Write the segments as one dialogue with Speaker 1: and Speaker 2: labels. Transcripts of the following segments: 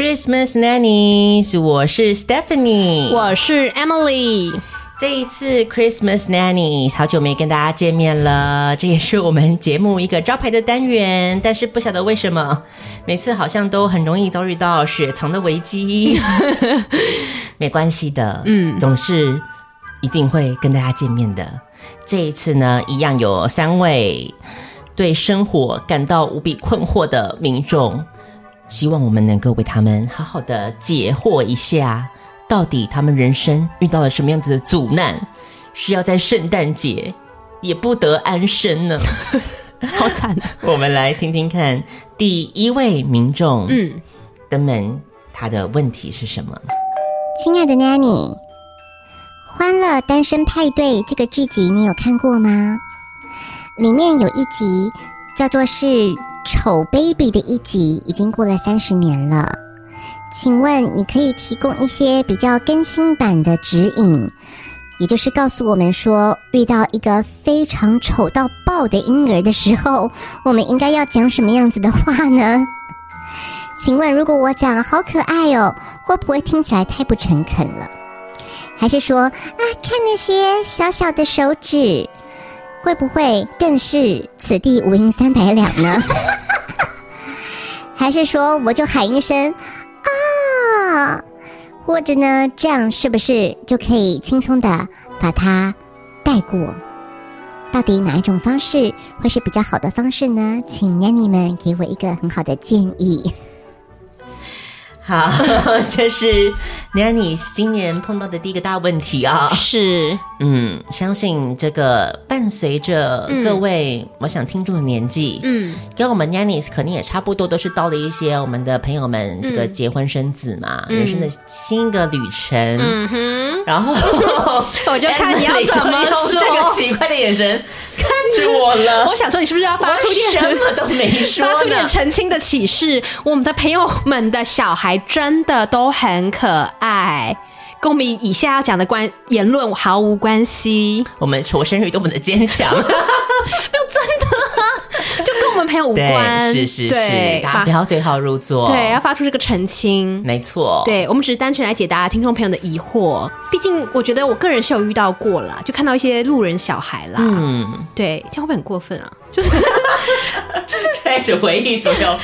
Speaker 1: Christmas Nannies，我是 Stephanie，
Speaker 2: 我是 Emily。
Speaker 1: 这一次 Christmas Nannies 好久没跟大家见面了，这也是我们节目一个招牌的单元。但是不晓得为什么，每次好像都很容易遭遇到雪藏的危机。没关系的，嗯，总是一定会跟大家见面的。这一次呢，一样有三位对生活感到无比困惑的民众，希望我们能够为他们好好的解惑一下。到底他们人生遇到了什么样子的阻难，需要在圣诞节也不得安生呢？
Speaker 2: 好惨啊！
Speaker 1: 我们来听听看第一位民众，嗯，登门他的问题是什么？
Speaker 3: 亲爱的 Nanny，《欢乐单身派对》这个剧集你有看过吗？里面有一集叫做是“丑 baby” 的一集，已经过了三十年了。请问你可以提供一些比较更新版的指引，也就是告诉我们说，遇到一个非常丑到爆的婴儿的时候，我们应该要讲什么样子的话呢？请问，如果我讲“好可爱哦”，会不会听起来太不诚恳了？还是说啊，看那些小小的手指，会不会更是此地无银三百两呢？ 还是说我就喊一声？啊，或者呢，这样是不是就可以轻松的把它带过？到底哪一种方式会是比较好的方式呢？请娘你们给我一个很好的建议。
Speaker 1: 好， 这是 Nanny 今年碰到的第一个大问题啊。
Speaker 2: 是，
Speaker 1: 嗯，相信这个伴随着各位，我想听众的年纪，
Speaker 2: 嗯，
Speaker 1: 跟我们 Nannies 肯定也差不多，都是到了一些我们的朋友们这个
Speaker 2: 嗯
Speaker 1: 结婚生子嘛，人生的新一个旅程。嗯哼，然 后
Speaker 2: 我就看你要
Speaker 1: Emily 就
Speaker 2: 怎么
Speaker 1: 用 这
Speaker 2: 说
Speaker 1: 个奇怪的眼神看着我了，
Speaker 2: 我想说，你是不是要发
Speaker 1: 我
Speaker 2: 出
Speaker 1: 什
Speaker 2: 点
Speaker 1: 么都没说
Speaker 2: 发出
Speaker 1: 呢
Speaker 2: 点。澄清的启示？我们的朋友们的小孩真的都很可爱，跟我们以下要讲的关言论毫无关系，
Speaker 1: 我们求生欲多么的坚强，
Speaker 2: 就跟我们朋友无关。
Speaker 1: 对，是是
Speaker 2: 对
Speaker 1: 是，大家
Speaker 2: 把
Speaker 1: 不要对号入座，
Speaker 2: 对，要发出这个澄清。
Speaker 1: 没错，
Speaker 2: 对，我们只是单纯来解答听众朋友的疑惑。毕竟，我觉得我个人是有遇到过啦，就看到一些路人小孩啦。
Speaker 1: 嗯，
Speaker 2: 对，这样会不会很过分啊？就是
Speaker 1: 开始回忆所有，
Speaker 2: 就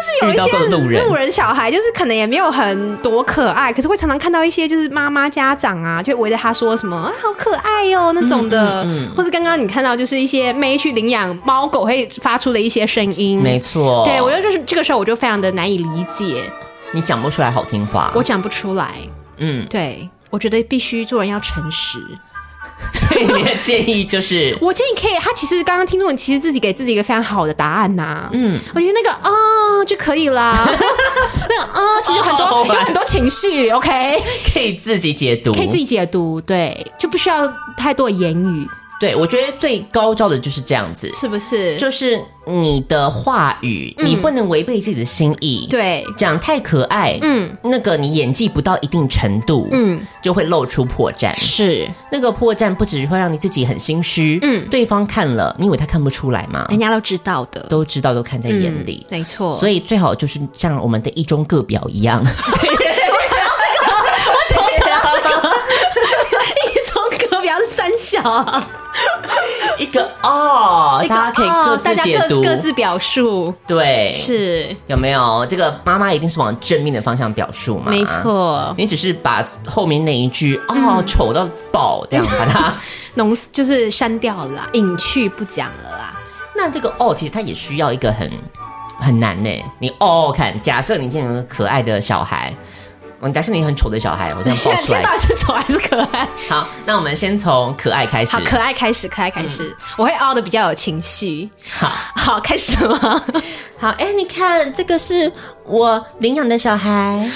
Speaker 2: 是有一
Speaker 1: 遇到
Speaker 2: 些
Speaker 1: 过的路人
Speaker 2: 小孩，就是可能也没有很多可爱，可是会常常看到一些就是妈妈家长啊，就围着他说什么啊好可爱哟、那种的，或是刚刚你看到就是一些妹去领养猫狗会发出的一些声音，
Speaker 1: 没错，
Speaker 2: 对我觉得就是这个时候我就非常的难以理解，
Speaker 1: 你讲不出来好听话，
Speaker 2: 我讲不出来，
Speaker 1: 嗯，
Speaker 2: 对我觉得必须做人要诚实。
Speaker 1: 所以你的建议就是，
Speaker 2: 我建议可以，他其实刚刚听众其实自己给自己一个非常好的答案呐、
Speaker 1: 嗯，
Speaker 2: 我觉得那个啊、就可 以啦，那个啊、其实有很多、
Speaker 1: Oh my
Speaker 2: 有很多情绪，OK，
Speaker 1: 可以自己解读，
Speaker 2: 可以自己解读，对，就不需要太多言语，
Speaker 1: 对，我觉得最高招的就是这样子，
Speaker 2: 是不是？
Speaker 1: 就是你的话语，你不能违背自己的心意，，
Speaker 2: 嗯对，
Speaker 1: 讲太可爱，
Speaker 2: 嗯，
Speaker 1: 那个你演技不到一定程度，
Speaker 2: 嗯，
Speaker 1: 就会露出破绽，
Speaker 2: 是，
Speaker 1: 那个破绽不只会让你自己很心虚，
Speaker 2: 嗯
Speaker 1: 对方看了，你以为他看不出来吗？
Speaker 2: 人家都知道的，
Speaker 1: 都知道，都看在眼
Speaker 2: 嗯
Speaker 1: 里，
Speaker 2: 没错，
Speaker 1: 所以最好就是像我们的一中各表一 样。
Speaker 2: 我想要这个，一 从隔壁是三小啊，
Speaker 1: 一个哦，
Speaker 2: 那个
Speaker 1: 大家可以
Speaker 2: 哦
Speaker 1: 各自解
Speaker 2: 大家
Speaker 1: 读，
Speaker 2: 各各自表述，
Speaker 1: 对
Speaker 2: 是
Speaker 1: 有没有？这个妈妈一定是往正面的方向表述嘛？
Speaker 2: 没，错，嗯
Speaker 1: 你只是把后面那一句哦丑到爆这样把它。
Speaker 2: 浓就是删掉了啦，隐去不讲了啦。
Speaker 1: 那这个哦，其实它也需要一个很很难呢。你哦哦看，假设你今天有个可爱的小孩，嗯，假设你很丑的小孩，我这样
Speaker 2: 现
Speaker 1: 爆
Speaker 2: 在
Speaker 1: 出
Speaker 2: 现在到
Speaker 1: 来。
Speaker 2: 底是丑还是可爱？
Speaker 1: 好，那我们先从可爱开始
Speaker 2: 好，。可爱开始，可爱开始，我会凹的比较有情绪。
Speaker 1: 好，
Speaker 2: 嗯好，开始了吗？
Speaker 1: 好，哎，你看这个是我领养的小孩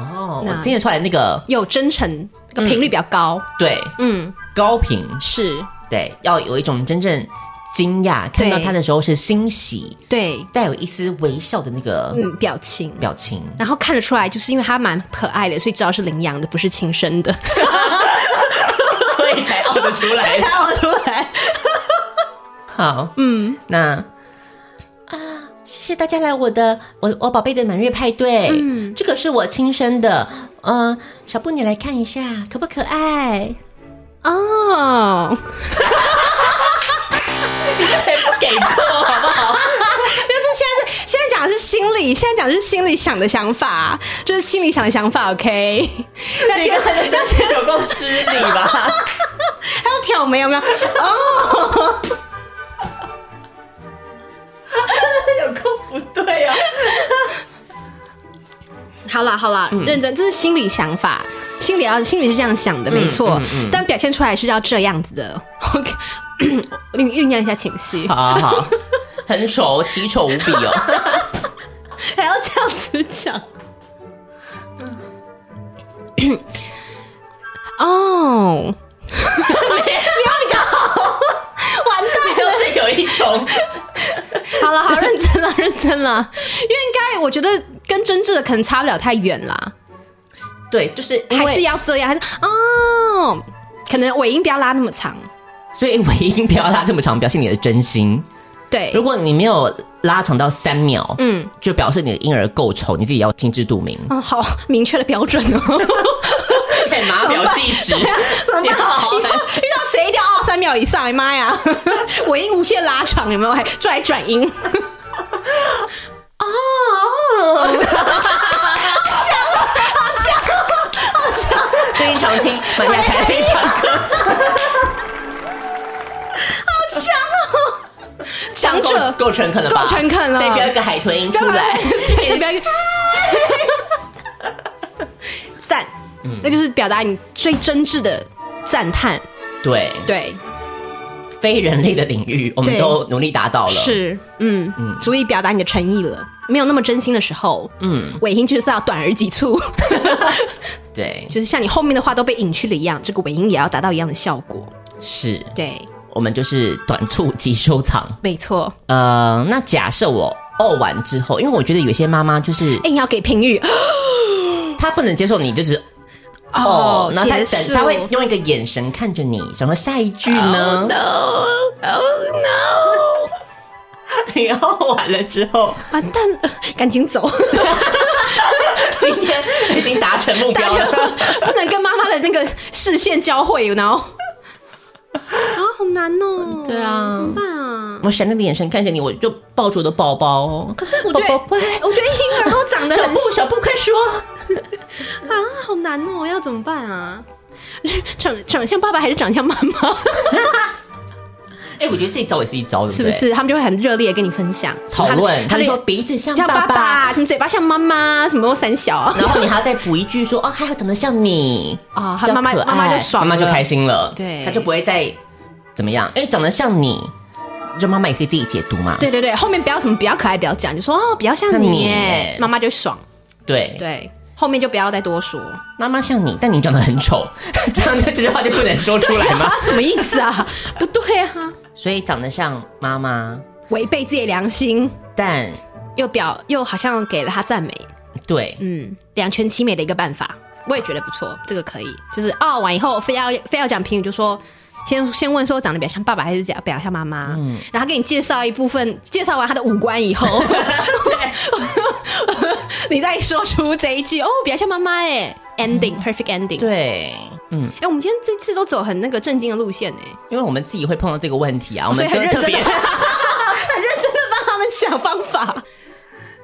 Speaker 2: 哦，
Speaker 1: 哦，
Speaker 2: 那
Speaker 1: 我听得出来那个
Speaker 2: 有真诚，这个频率比较高。
Speaker 1: 对
Speaker 2: 嗯，
Speaker 1: 高频
Speaker 2: 是
Speaker 1: 对，要有一种真正惊讶，看到他的时候是欣喜，
Speaker 2: 对，
Speaker 1: 带有一丝微笑的那个
Speaker 2: 嗯，表情。
Speaker 1: 表 情。
Speaker 2: 然后看得出来，就是因为他蛮可爱的，所以知道是领养的，不是亲生的，
Speaker 1: 所以才熬得出
Speaker 2: 所以才熬出来。
Speaker 1: 好，嗯，那啊，谢谢谢大家来我的我我宝贝的满月派对，
Speaker 2: 嗯
Speaker 1: 这个是我亲生的，嗯、小布你来看一下，可不可爱？
Speaker 2: 哦，
Speaker 1: 才不给过好不好？
Speaker 2: 没有，这现在是现在讲的是心里，现在讲的是心里想的想法，就是心里想的想法，OK？要先 要先
Speaker 1: 有够失礼吧？
Speaker 2: 还要挑眉有没有？
Speaker 1: 有够不对
Speaker 2: 啊
Speaker 1: 哦。
Speaker 2: 好啦好啦，
Speaker 1: 嗯
Speaker 2: 认真，这是心理想法，心里啊要心里是这样想的，没错，
Speaker 1: 嗯
Speaker 2: 但表现出来是要这样子的。OK，我给你酝酿一下情绪，
Speaker 1: 好好好，很丑，奇丑无比 哦。
Speaker 2: 还要这样子讲。 哦，你要比较好，完蛋。
Speaker 1: 就是有一种
Speaker 2: 好了，好认真了， 认真了，因为应该我觉得跟真挚的可能差不了太远啦，
Speaker 1: 对，就是因为
Speaker 2: 还是要这样，还是哦，可能尾音不要拉那么长，
Speaker 1: 所以尾音不要拉这么长，表现你的真心。
Speaker 2: 对
Speaker 1: 如，果你没有拉长到三秒，
Speaker 2: 嗯，
Speaker 1: 就表示你的婴儿够丑，你自己要心知肚 明。
Speaker 2: 嗯，好明确的标准哦，
Speaker 1: 对，码
Speaker 2: 表
Speaker 1: 计时，
Speaker 2: 怎么办？
Speaker 1: 你
Speaker 2: 以
Speaker 1: 好好
Speaker 2: 后 遇到谁一定要二三秒以上，哎妈呀， 尾音无限拉长，有没有？还转来转音，
Speaker 1: 哦最近常听满家才会唱 歌，
Speaker 2: 哦强
Speaker 1: 够
Speaker 2: 者
Speaker 1: 够诚恳了吧？
Speaker 2: 够诚恳了
Speaker 1: 再标一个海豚音出来，
Speaker 2: 对，就不要赞，那就是表达你最真挚的赞叹，
Speaker 1: 对，
Speaker 2: 对。
Speaker 1: 非人类的领域，我们
Speaker 2: 对
Speaker 1: 都努力达到了。
Speaker 2: 是，嗯，足以表达你的诚意了。没有那么真心的时候，嗯，尾音就是要短而急促，
Speaker 1: 对，
Speaker 2: 就是像你后面的话都被隐去了一样，这个尾音也要达到一样的效果。
Speaker 1: 是
Speaker 2: 对，
Speaker 1: 我们就是短促及收藏。
Speaker 2: 没错。
Speaker 1: 呃，那假设我呕完之后，因为我觉得有些妈妈就是
Speaker 2: 硬要给评语
Speaker 1: 她不能接受你就是哦，那她等她会用一个眼神看着你，想说下一句呢？
Speaker 2: 哦 no，
Speaker 1: 你呕完了之 后，
Speaker 2: 完蛋了，赶紧走，
Speaker 1: 今天已经达成目
Speaker 2: 大
Speaker 1: 标
Speaker 2: 家
Speaker 1: 了。
Speaker 2: 不能跟妈妈的那个视线交汇，然后啊，好难哦。
Speaker 1: 对啊
Speaker 2: 怎么办啊？
Speaker 1: 我闪亮的眼神看着你，我就抱住我的宝宝。
Speaker 2: 可是我觉得，
Speaker 1: 宝宝乖
Speaker 2: 我觉得婴儿都长得
Speaker 1: 小
Speaker 2: 很
Speaker 1: 布，小布，快说！
Speaker 2: 啊，好难哦，要怎么办啊？长长相爸爸还是长相妈妈，
Speaker 1: 哎、我觉得这招也是一招，对
Speaker 2: 是
Speaker 1: 不
Speaker 2: 不
Speaker 1: 对？
Speaker 2: 是？他们就会很热烈地跟你分享
Speaker 1: 讨论，
Speaker 2: 他
Speaker 1: 他们
Speaker 2: 们就
Speaker 1: 说鼻子像
Speaker 2: 像
Speaker 1: 爸
Speaker 2: 爸
Speaker 1: 爸，
Speaker 2: 爸，什么嘴巴像妈妈，什么三小， 啊
Speaker 1: 然后你还要再补一句说哦，还好长得像你
Speaker 2: 哦
Speaker 1: 比较
Speaker 2: 妈妈
Speaker 1: 可爱
Speaker 2: 妈妈就爽了
Speaker 1: 妈妈就开心了，
Speaker 2: 对
Speaker 1: 她就不会再怎么样，因为长得像你，就妈妈也可以自己解读嘛，
Speaker 2: 对对对，后面不要什么比较可爱，不要讲，就说哦比较像
Speaker 1: 像你
Speaker 2: 你耶
Speaker 1: 耶，
Speaker 2: 妈妈就爽。
Speaker 1: 对，
Speaker 2: 对，啊后面就不要再多说。
Speaker 1: 妈妈像你，但你长得很丑， 这样就这句话就不能说出来吗
Speaker 2: 啊？，什么意思啊？不对啊，
Speaker 1: 所以长得像妈妈，
Speaker 2: 违背自己的良心，
Speaker 1: 但
Speaker 2: 又表又好像给了他赞美，
Speaker 1: 对，
Speaker 2: 嗯，两全其美的一个办法，我也觉得不错，这个可以。就是哦，完以后非要非要讲评语，就说先先问说长得比较像爸爸还是比较比较像妈妈，嗯，然后他给你介绍一部分，介绍完他的五官以后， 你再说出这一句哦，比较像妈妈哎，ending、perfect ending。，
Speaker 1: 对，嗯，
Speaker 2: 哎、我们今天这次都走很那个正经的路线哎，
Speaker 1: 因为我们自己会碰到这个问题啊，我们
Speaker 2: 所以很
Speaker 1: 就
Speaker 2: 认
Speaker 1: 特
Speaker 2: 真
Speaker 1: 别
Speaker 2: 的，很认真的帮他们想方法。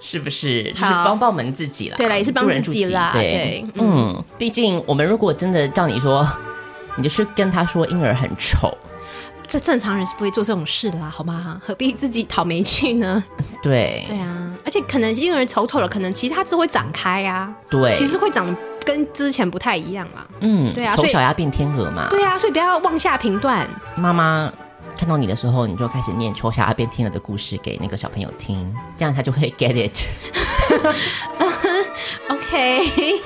Speaker 1: 是不是？就是
Speaker 2: 好
Speaker 1: 帮帮我们自己啦。
Speaker 2: 对啦也是帮
Speaker 1: 助人
Speaker 2: 自
Speaker 1: 助
Speaker 2: 己啦
Speaker 1: 对
Speaker 2: 对，
Speaker 1: 嗯，毕竟我们如果真的叫你说，你就去跟他说婴儿很丑，
Speaker 2: 这正常人是不会做这种事的啦，好吗？何必自己讨没趣呢？
Speaker 1: 对
Speaker 2: 对啊，而且可能婴儿丑丑了，可能其实他是会长开啊，
Speaker 1: 对
Speaker 2: 其实会长得跟之前不太一样啦。
Speaker 1: 嗯，
Speaker 2: 对啊
Speaker 1: 丑
Speaker 2: 所以
Speaker 1: 小鸭变天鹅嘛。
Speaker 2: 对啊，所以不要妄下评断。
Speaker 1: 妈妈看到你的时候，你就开始念丑小鸭变天鹅的故事给那个小朋友听，这样他就会 get it。
Speaker 2: OK，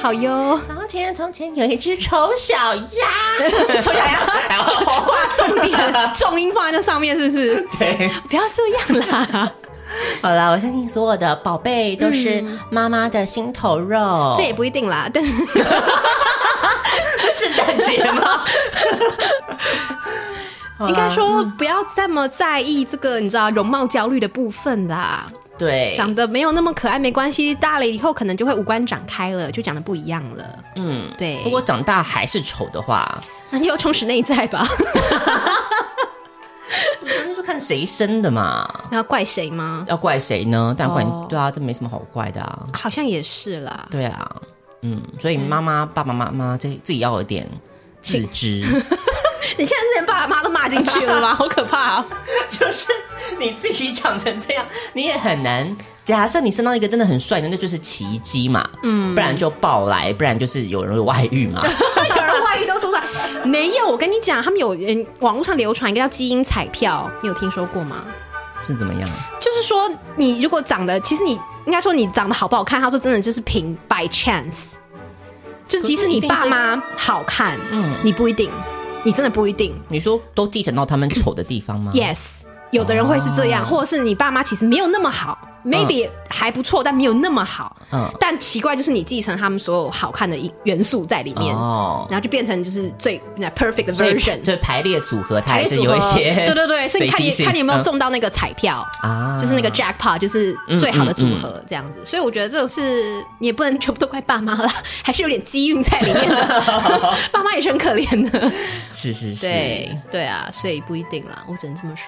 Speaker 2: 好 哟，
Speaker 1: 从前从前有一只丑小鸭，
Speaker 2: 丑小 鸭画重点，重音放在那上面，是不是？
Speaker 1: 对。
Speaker 2: 不要这样啦，
Speaker 1: 好啦，我相信所有的宝贝都是妈妈的心头肉。
Speaker 2: 嗯这也不一定啦。但是
Speaker 1: 是的节 吗？啊
Speaker 2: 应该说不要这么在意这个，你知道容貌焦虑的部分啦。
Speaker 1: 对，
Speaker 2: 长得没有那么可爱没关系，大了以后可能就会五官长开了，就长得不一样了。
Speaker 1: 嗯，
Speaker 2: 对
Speaker 1: 如果长大还是丑的话，
Speaker 2: 那就要充实内在 吧。
Speaker 1: 那就看谁生的嘛，
Speaker 2: 那要怪谁吗？
Speaker 1: 要怪谁呢？但怪你、
Speaker 2: 哦
Speaker 1: 对啊，这没什么好怪的啊。
Speaker 2: 好像也是啦。
Speaker 1: 对啊，嗯，所以妈妈、爸爸妈妈这自己要有点自知，
Speaker 2: 你现在是连爸爸妈妈都骂进去了 吗？好可怕哦！
Speaker 1: 就是你自己长成这样，你也很难。假设你生到一个真的很帅的，那就是奇迹嘛，嗯，不然就爆来，不然就是有人有外遇 嘛，
Speaker 2: 有人外遇都出来，没有？我跟你讲，他们有人网络上流传一个叫基因彩票，你有听说过吗？
Speaker 1: 是怎么样？
Speaker 2: 就是说，你如果长得，其实你应该说你长得好不好看，他说真的就是凭 by chance，就是即使你爸妈好看，嗯，你不一定，你真的不一定。
Speaker 1: 你说都继承到他们丑的地方吗
Speaker 2: Yes，有的人会是这
Speaker 1: 哦
Speaker 2: 样，或者是你爸妈其实没有那么好，maybe、还不错，但没有那么好。
Speaker 1: 嗯
Speaker 2: 但奇怪就是你继承他们所有好看的一元素在里面，
Speaker 1: 哦，
Speaker 2: 然后就变成就是最那 perfect 的
Speaker 1: 所以
Speaker 2: version。
Speaker 1: 对排列组合，它
Speaker 2: 排
Speaker 1: 还
Speaker 2: 列
Speaker 1: 是
Speaker 2: 组
Speaker 1: 有
Speaker 2: 合
Speaker 1: 一些
Speaker 2: 对对对，所以你看
Speaker 1: 随机
Speaker 2: 你
Speaker 1: 性
Speaker 2: 看你有没有
Speaker 1: 嗯
Speaker 2: 中到那个彩票，
Speaker 1: 啊
Speaker 2: 就是那个 jackpot，就是最好的组
Speaker 1: 嗯嗯嗯
Speaker 2: 合这样子。所以我觉得这种事你也不能全部都怪爸妈啦，还是有点机运在里面 的。爸妈也是很可怜的，
Speaker 1: 是是是，
Speaker 2: 对，对啊，所以不一定啦，我只能这么说，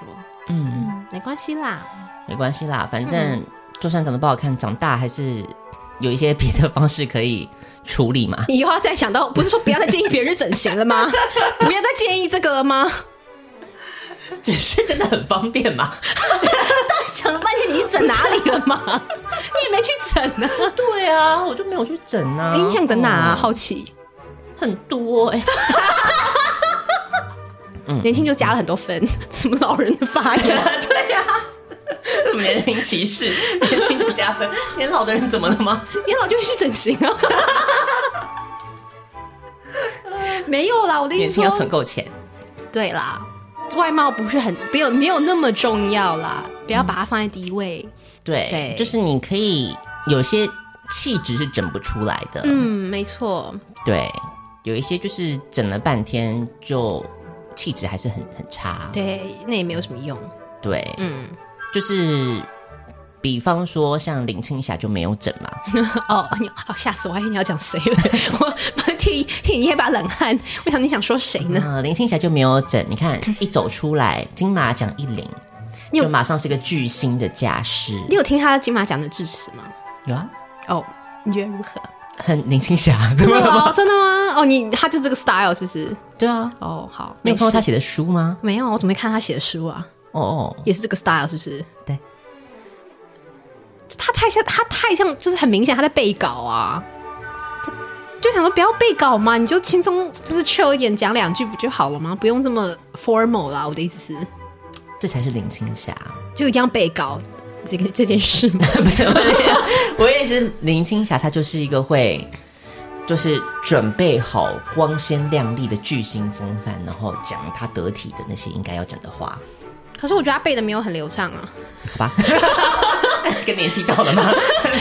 Speaker 1: 嗯，
Speaker 2: 没关系啦。
Speaker 1: 没关系
Speaker 2: 嗯
Speaker 1: 啦，反正就算长得不好看，长大还是有一些别的方式可以处理 嘛。
Speaker 2: 你以后要再想到，不是说不要再建议别人去整形了 吗？不要再建议这个了吗？
Speaker 1: 只是真的很方便嘛。
Speaker 2: 讲了半天，你是整哪里了 吗？你也没去整啊。
Speaker 1: 对啊，我就没有去整啊。
Speaker 2: 哎你想整哪啊？
Speaker 1: 哦
Speaker 2: 好奇，
Speaker 1: 很多哎、 嗯
Speaker 2: 年轻就加了很多分，什么老人的发 言。
Speaker 1: 对呀、啊。年龄歧 视，年轻就加分，年老的人怎么了吗？
Speaker 2: 年老就会去整形 啊。没有啦，我的意
Speaker 1: 年
Speaker 2: 思
Speaker 1: 轻要存
Speaker 2: 说，
Speaker 1: 够钱，
Speaker 2: 对啦，外貌不是很没有没有那么重要啦，不
Speaker 1: 嗯
Speaker 2: 要把它放在第一位。
Speaker 1: 对，
Speaker 2: 对
Speaker 1: 就是你可以有些气质是整不出来的，
Speaker 2: 嗯，没错，
Speaker 1: 对，有一些就是整了半天就气质还是很很差，
Speaker 2: 对，那也没有什么用。
Speaker 1: 对，
Speaker 2: 嗯，
Speaker 1: 就是比方说像林青霞就没有整 嘛，
Speaker 2: 哦，你哦，吓死我，还以为你要讲谁了， 我替替你捏把冷汗。我想你想说谁呢？
Speaker 1: 嗯、林青霞就没有整，你 看一走出来，金马奖一领，
Speaker 2: 你有
Speaker 1: 就马上是一个巨星的架势，
Speaker 2: 你有听他金马奖的致辞吗？
Speaker 1: 有啊，
Speaker 2: 哦，你觉得如何？
Speaker 1: 很林青霞，怎么了吗？
Speaker 2: 哦， 真的吗？哦，你他就这个 style 是不是？
Speaker 1: 对啊，
Speaker 2: 哦，好，
Speaker 1: 没有看过他
Speaker 2: 事
Speaker 1: 写的书吗？
Speaker 2: 没有，我怎么没看他写的书啊？
Speaker 1: 哦哦，
Speaker 2: 也是这个 style，是不是？
Speaker 1: 对，
Speaker 2: 他太像，他太像，就是很明显他在背稿啊。他就想说不要背稿嘛，你就轻松就是 chill 一点讲两句不就好了吗？不用这么 formal 啦。我的意思是，
Speaker 1: 这才是林青 霞，
Speaker 2: 就一定要背稿这个这件 事吗？
Speaker 1: 不是，我也是林青霞，她就是一个会。就是准备好光鲜亮丽的巨星风范，然后讲她得体的那些应该要讲的话，
Speaker 2: 可是我觉得他背的没有很流畅啊，
Speaker 1: 好吧？ 跟年纪到了吗？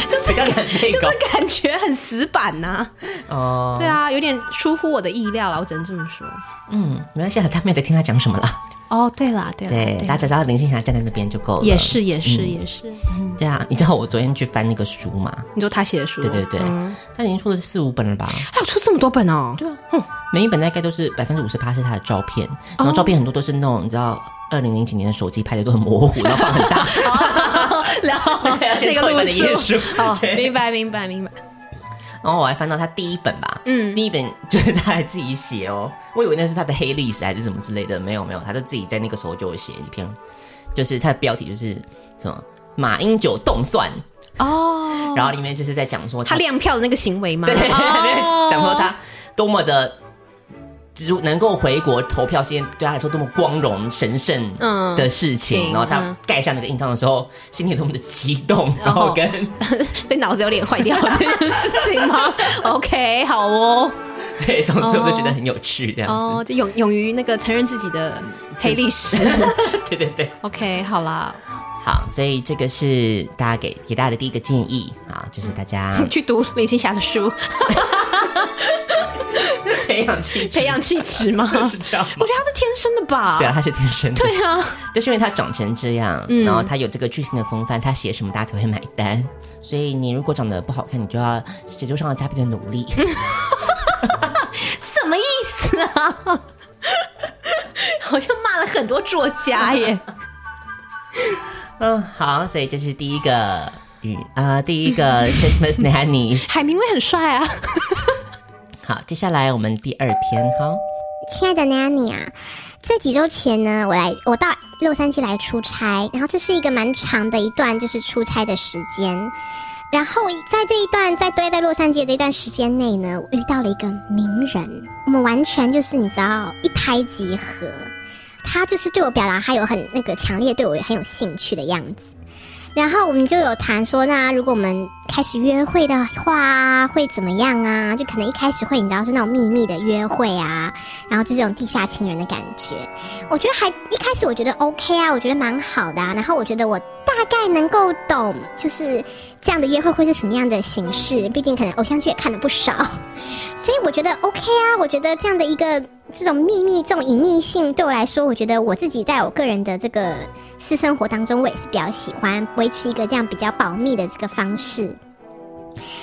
Speaker 1: 就是比较敢背
Speaker 2: 就
Speaker 1: 稿
Speaker 2: 是感觉很死板呐、
Speaker 1: 哦。
Speaker 2: 对啊，有点出乎我的意料啦，我只能这么说。
Speaker 1: 嗯，没关系啊，他们也在听他讲什么了。
Speaker 2: 哦，对啦，对啦，
Speaker 1: 对，
Speaker 2: 啦
Speaker 1: 大家只要林青霞站在那边就够了。
Speaker 2: 也，是也是
Speaker 1: 嗯
Speaker 2: 也是，
Speaker 1: 对啊，你知道我昨天去翻那个书嘛？
Speaker 2: 你说他写的书，嗯
Speaker 1: 对对对，他已经出了四五本了吧？
Speaker 2: 还有出这么多本哦，
Speaker 1: 对啊，每一本大概都是百分之五十八是他的照片，然后照片很多都是那种你知道。二零零几年的手机拍的都很模糊，然后放很大。
Speaker 2: 聊 那
Speaker 1: 先
Speaker 2: 个
Speaker 1: 凑一半
Speaker 2: 路
Speaker 1: 的页数
Speaker 2: 数。哦，
Speaker 1: 对
Speaker 2: 明白明白明白。
Speaker 1: 然后我还翻到他第一本吧，嗯，第一本就是他还自己写哦， 我以为那是他的黑历史还是什么之类的，没有没有，他就自己在那个时候就有写一篇，就是他的标题就是什么马英九动算，
Speaker 2: 哦，
Speaker 1: 然后里面就是在讲说
Speaker 2: 他亮票的那个行为 吗？
Speaker 1: 对，对
Speaker 2: 哦
Speaker 1: 对， 讲说他多么的，如能够回国投票是一件对他来说多么光荣神圣
Speaker 2: 嗯
Speaker 1: 的事情。
Speaker 2: 行
Speaker 1: 然后他
Speaker 2: 嗯
Speaker 1: 盖上那个印章的时候，心里多么的激动，然后跟
Speaker 2: 哦对脑子有点坏掉这件事情吗？OK，好哦，
Speaker 1: 对，总之我就觉得很有趣这样
Speaker 2: 哦，就勇勇于那个承认自己的黑历史。
Speaker 1: 子。对对对，
Speaker 2: OK，好啦，
Speaker 1: 好，所以这个是大家给给大家的第一个建议啊，就是大家
Speaker 2: 去读林青霞的书。
Speaker 1: 培养气质，
Speaker 2: 培养气质吗？我 觉
Speaker 1: 是这样吗？
Speaker 2: 得他是天生的 吧。
Speaker 1: 对啊，他是天生的，
Speaker 2: 对啊，
Speaker 1: 就是因为他长成这样，然后他有这个巨星的风范，他写什么大家都会买单。所以你如果长得不好看，你就要写作上要加倍的努 力。
Speaker 2: 什么意思啊？好像骂了很多作家 耶。
Speaker 1: 嗯，好，所以这是第一个，嗯啊、第一 个 Christmas Nannies。
Speaker 2: 海明威很 帅啊，
Speaker 1: 好，接下来我们第二篇哈。
Speaker 4: 亲爱的 Nanny 啊，这几周前呢，我来我到洛杉矶来出差，然后这是一个蛮长的一段就是出差的时间。然后在这一段在待在洛杉矶的这段时间内呢，我遇到了一个名人，我们完全就是你知道一拍即合。他就是对我表达他有很那个强烈对我有很有兴趣的样子。然后我们就有谈说，那如果我们开始约会的话，会怎么样啊？就可能一开始会你知道是那种秘密的约会啊，然后就这种地下情人的感觉。我觉得还一开始我觉得 OK 啊，我觉得蛮好的、啊。然后我觉得我大概能够懂，就是这样的约会会是什么样的形式，毕竟可能偶像剧也看了不少， 所以我觉得 OK 啊。我觉得这样的一个这种秘密、这种隐秘性对我来说，我觉得我自己在我个人的这个私生活当中，我也是比较喜欢维持一个这样比较保密的这个方式。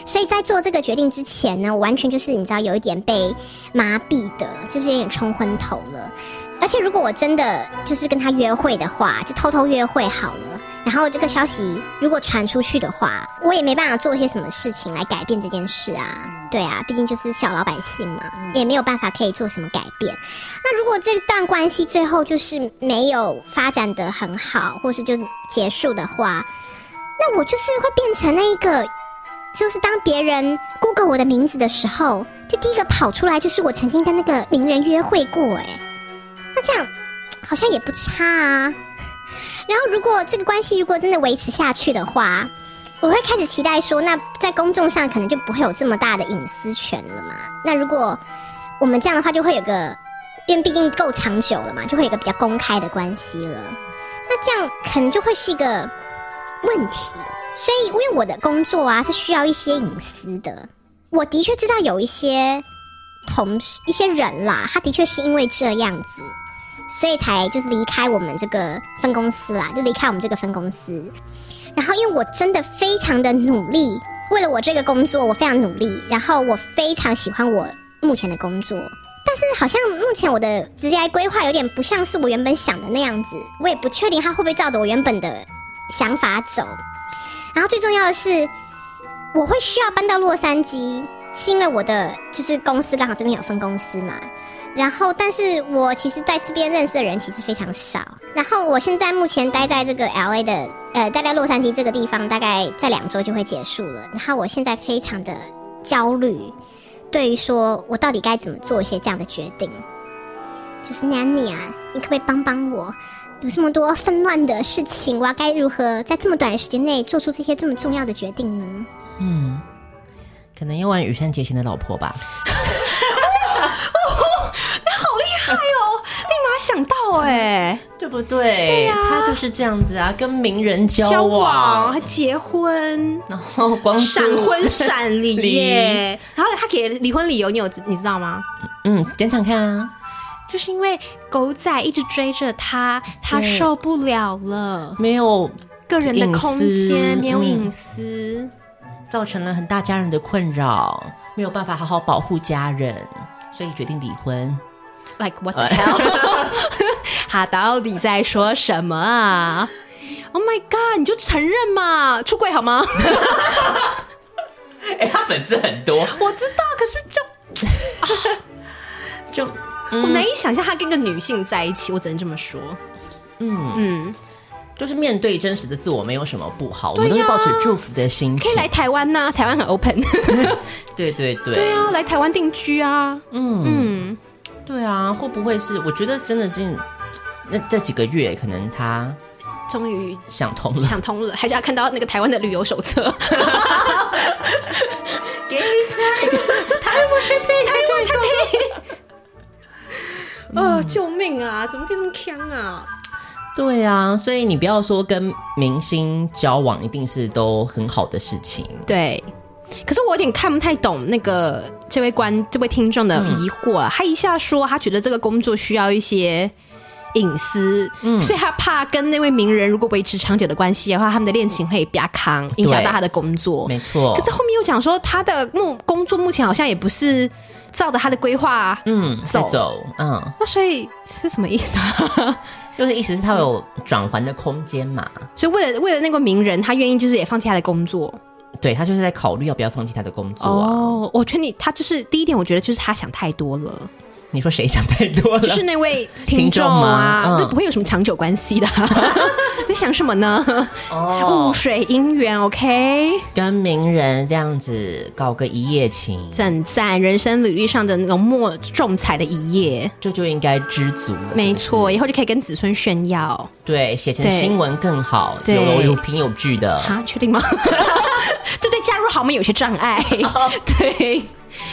Speaker 4: 所以在做这个决定之前呢，我完全就是你知道有一点被麻痹的，就是有点冲昏头了。而且如果我真的就是跟他约会的话，就偷偷约会好了。然后这个消息如果传出去的话，我也没办法做些什么事情来改变这件事啊。对啊，毕竟就是小老百姓嘛，也没有办法可以做什么改变。那如果这段关系最后就是没有发展的很好，或是就结束的话，那我就是会变成那一个就是当别人 Google 我的名字的时候，就第一个跑出来就是我曾经跟那个名人约会过、欸，哎，那这样好像也不差啊。 然后如果这个关系如果真的维持下去的话，我会开始期待说，那在公众上可能就不会有这么大的隐私权了嘛。那如果我们这样的话，就会有个，因为毕竟够长久了嘛，就会有一个比较公开的关系了。那这样可能就会是一个问题。所以，因为我的工作啊是需要一些隐私的，我的确知道有一些同事一些人啦，他的确是因为这样子，所以才就是离开我们这个分公司啦，就离开我们这个分公司。然后，因为我真的非常的努力，为了我这个工作，我非常努力，然后我非常喜欢我目前的工作。但是好像目前我的职业规划有点不像是我原本想的那样子，我也不确定他会不会照着我原本的想法走。然后最重要的是，我会需要搬到洛杉矶，是因为我的就是公司刚好这边有分公司嘛。然后，但是我其实在这边认识的人其实非常少。然后我现在目前待在这个 L A 的，呃，待在洛杉矶这个地方，大概在两周就会结束了。然后我现在非常的焦虑，对于说我到底该怎么做一些这样的决定。就是 Nanny 啊，你可不可以帮帮我？有这么多纷乱的事情，我要该如何在这么短的时间内做出这些这么重要的决定呢？
Speaker 1: 嗯，可能要玩羽山结弦的老婆吧。
Speaker 2: 好厉害哦，立马想到哎、
Speaker 1: 对不对？对呀、他就是这样子啊，跟名人交
Speaker 2: 交往还结婚。
Speaker 1: 然后光速
Speaker 2: 闪婚闪离
Speaker 1: 离
Speaker 2: 耶，然后他给离婚理由，你有知你知道吗？
Speaker 1: 嗯，讲讲看啊，
Speaker 2: 就是因为狗仔一直追着他，他
Speaker 1: 对
Speaker 2: 受不了了，
Speaker 1: 没有
Speaker 2: 个人的空
Speaker 1: 隐私
Speaker 2: 间没有
Speaker 1: 嗯
Speaker 2: 隐私，
Speaker 1: 造成了很大家人的困扰，没有办法好好保护家人，所以决定离婚。
Speaker 2: Like what the hell？他到底在说什么啊？Oh my god！你就承认嘛，出轨好吗？
Speaker 1: 哎、他粉丝很多，
Speaker 2: 我知道，可是就
Speaker 1: 就
Speaker 2: 我难以想象他跟一个女性在一起，我只能这么说。嗯嗯，
Speaker 1: 就是面对真实的自我，没有什么不好，我
Speaker 2: 对
Speaker 1: 们
Speaker 2: 呀
Speaker 1: 都是抱着祝福的心
Speaker 2: 可
Speaker 1: 情
Speaker 2: 以。来台湾呐、台湾很 open。
Speaker 1: 对对对，
Speaker 2: 对啊，来台湾定居啊。嗯
Speaker 1: 对啊，会不会是？我觉得真的是，那这几个月可能他
Speaker 2: 终于
Speaker 1: 想通了，
Speaker 2: 想通了，还是要看到那个台湾的旅游手 册。
Speaker 1: 给 你
Speaker 2: 哦，救命啊！怎么可以那么呛啊？
Speaker 1: 对啊，所以你不要说跟明星交往一定是都很好的事情，
Speaker 2: 对，可是我有点看不太懂那个这位观这位听众的疑惑、啊，他一下说他觉得这个工作需要一些隐私，所以他怕跟那位名人如果维持长久的关系的话，他们的恋情会比较康，影响到他的工作。
Speaker 1: 没错
Speaker 2: 可。是后面又讲说他的目工作目前好像也不是照着他的规划，
Speaker 1: 嗯，是
Speaker 2: 走
Speaker 1: 走，嗯，
Speaker 2: 那所以是什么意思啊？
Speaker 1: 就是意思是他有转环的空间嘛，
Speaker 2: 所以为了为了那个名人，他愿意就是也放弃他的工作。
Speaker 1: 对他就是在考虑要不要放弃他的工作啊。
Speaker 2: 哦，我觉得你他就是第一点，我觉得就是他想太多了，
Speaker 1: 你说谁想太多了？
Speaker 2: 就是那位
Speaker 1: 听
Speaker 2: 听
Speaker 1: 众
Speaker 2: 众
Speaker 1: 吗
Speaker 2: 啊，
Speaker 1: 嗯
Speaker 2: 那、不会有什么长久关系的、 在想什么呢？
Speaker 1: 哦
Speaker 2: 雾，水姻缘，OK，
Speaker 1: 跟名人这样子搞个一夜情，
Speaker 2: 赞赞，人生履历上的浓墨重彩的一页，
Speaker 1: 这就应该知足了。
Speaker 2: 没
Speaker 1: 是不是
Speaker 2: 错，以后就可以跟子孙炫耀
Speaker 1: 对，写成
Speaker 2: 对
Speaker 1: 新闻更好，有
Speaker 2: 对
Speaker 1: 有有凭有据的。
Speaker 2: 哈，确定吗？ 就对嫁入豪门有些障 碍，对。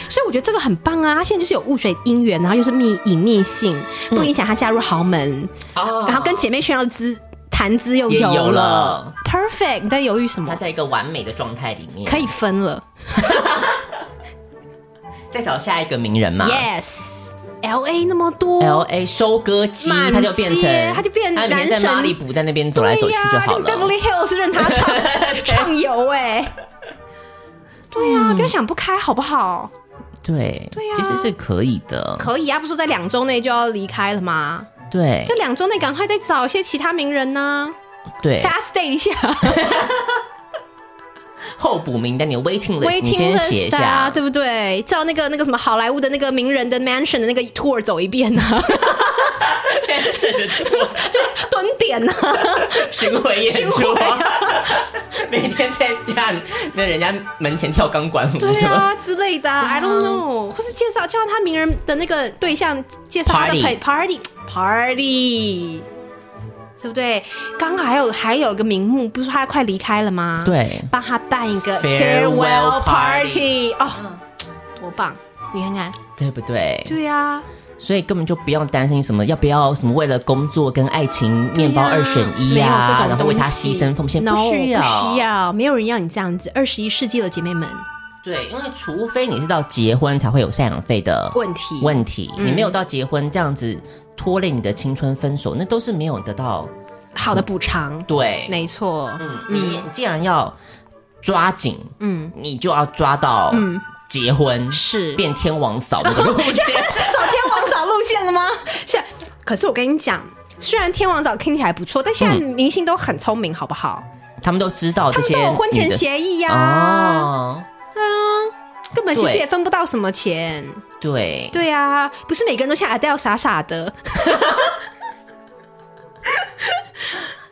Speaker 2: 所以我觉得这个很棒啊！他现在就是有雾水姻缘，然后又是秘隐秘性，不影响他嫁入豪门，
Speaker 1: 哦
Speaker 2: 然后跟姐妹炫耀资谈资又
Speaker 1: 也
Speaker 2: 有
Speaker 1: 有了
Speaker 2: Perfect，你在犹豫什
Speaker 1: 他
Speaker 2: 么？
Speaker 1: 在一个完美的状态里面，
Speaker 2: 可以分了。
Speaker 1: 再找下一个名人嘛。
Speaker 2: Yes，L 啊 A 那么多
Speaker 1: L A 收割机，
Speaker 2: 满街
Speaker 1: 他就变成，
Speaker 2: 他就变
Speaker 1: 他每天在
Speaker 2: 男神
Speaker 1: 马里补在那边走来走去就好
Speaker 2: 对
Speaker 1: 了。
Speaker 2: 呀 Beverly Hills 任他畅畅游 哎、对呀、不要想不开好不好？
Speaker 1: 对，
Speaker 2: 对呀
Speaker 1: 其实是可以的。
Speaker 2: 可以啊，不是说在两周内就要离开了吗？
Speaker 1: 对
Speaker 2: 就两周内赶快再找一些其他名人呢、
Speaker 1: 对
Speaker 2: 大，家 stay 一下
Speaker 1: 候补名单，你的 waiting list 你
Speaker 2: ，waiting
Speaker 1: 先写一
Speaker 2: list
Speaker 1: 下
Speaker 2: 啊，。对不对？照那个那个什么好莱坞的那个名人的 mansion 的那个 tour 走一遍呢、啊， 就蹲点呢、啊，
Speaker 1: 巡回演出
Speaker 2: 巡回啊，
Speaker 1: 每天在家里那人家门前跳钢管舞，
Speaker 2: 对
Speaker 1: 什么
Speaker 2: 啊之类的啊、i don't know，或是介绍叫他名人的那个对象，介绍他的
Speaker 1: Party
Speaker 2: 朋 party party。对不对？刚好还有还有一个名目，不是说他快离开了吗？
Speaker 1: 对
Speaker 2: 帮他办一个
Speaker 1: Farewell
Speaker 2: farewell
Speaker 1: party 嗯
Speaker 2: party 哦，多棒！你看看，
Speaker 1: 对不对？
Speaker 2: 对啊呀、
Speaker 1: 所以根本就不用担心什么要不要什么为了工作跟爱情面包二选一呀、
Speaker 2: 没有这种
Speaker 1: 然后为他
Speaker 2: 东西
Speaker 1: 牺牲奉献，
Speaker 2: no,
Speaker 1: 不需要，
Speaker 2: 不需要，没有人要你这样子。二十一世纪了，姐妹们，
Speaker 1: 对，因为除非你是到结婚才会有赡养费的
Speaker 2: 问题
Speaker 1: 问题，你没有到结婚这样子拖累你的青春分手，那都是没有得到。
Speaker 2: 好的补偿，
Speaker 1: 对，
Speaker 2: 没错，嗯，
Speaker 1: 你既然要抓紧，嗯
Speaker 2: 嗯，
Speaker 1: 你就要抓到，嗯，结婚
Speaker 2: 是
Speaker 1: 变天王嫂那个
Speaker 2: 哦
Speaker 1: 路线，
Speaker 2: 走天王嫂路线了 吗？是，可是我跟你讲，虽然天王嫂听起来不错，但现在明星都很聪明，好不好？
Speaker 1: 他们都知道
Speaker 2: 他
Speaker 1: 嗯这
Speaker 2: 们
Speaker 1: 些
Speaker 2: 都有婚
Speaker 1: 女
Speaker 2: 前啊
Speaker 1: 的
Speaker 2: 协议呀、
Speaker 1: 哦，
Speaker 2: 根本其实
Speaker 1: 对
Speaker 2: 也分不到什么钱。
Speaker 1: 对，
Speaker 2: 对啊，不是每个人都像 Adele 傻傻的，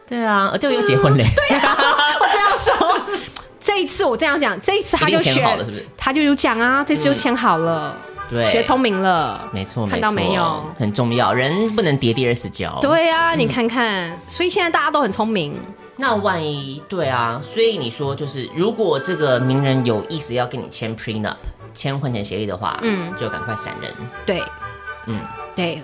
Speaker 1: 对啊，就又结婚嘞，
Speaker 2: 啊
Speaker 1: 对
Speaker 2: 我这样说。 这一次我这样讲，这一次他就
Speaker 1: 一定
Speaker 2: 学
Speaker 1: 签好了是不嗯是
Speaker 2: 他就有讲啊，这次就签好了，
Speaker 1: 对，
Speaker 2: 学聪明了，
Speaker 1: 没错，
Speaker 2: 看到
Speaker 1: 错
Speaker 2: 没有？
Speaker 1: 很重要，人不能跌第二次跤。，
Speaker 2: 对啊，
Speaker 1: 嗯
Speaker 2: 你看看，所以现在大家都很聪明，
Speaker 1: 那万一对啊，所以你说就是，如果这个名人有意思要跟你签 prenup，签婚前协议的话，嗯
Speaker 2: 嗯，
Speaker 1: 就赶快闪人。
Speaker 2: 对，
Speaker 1: 嗯，
Speaker 2: 对，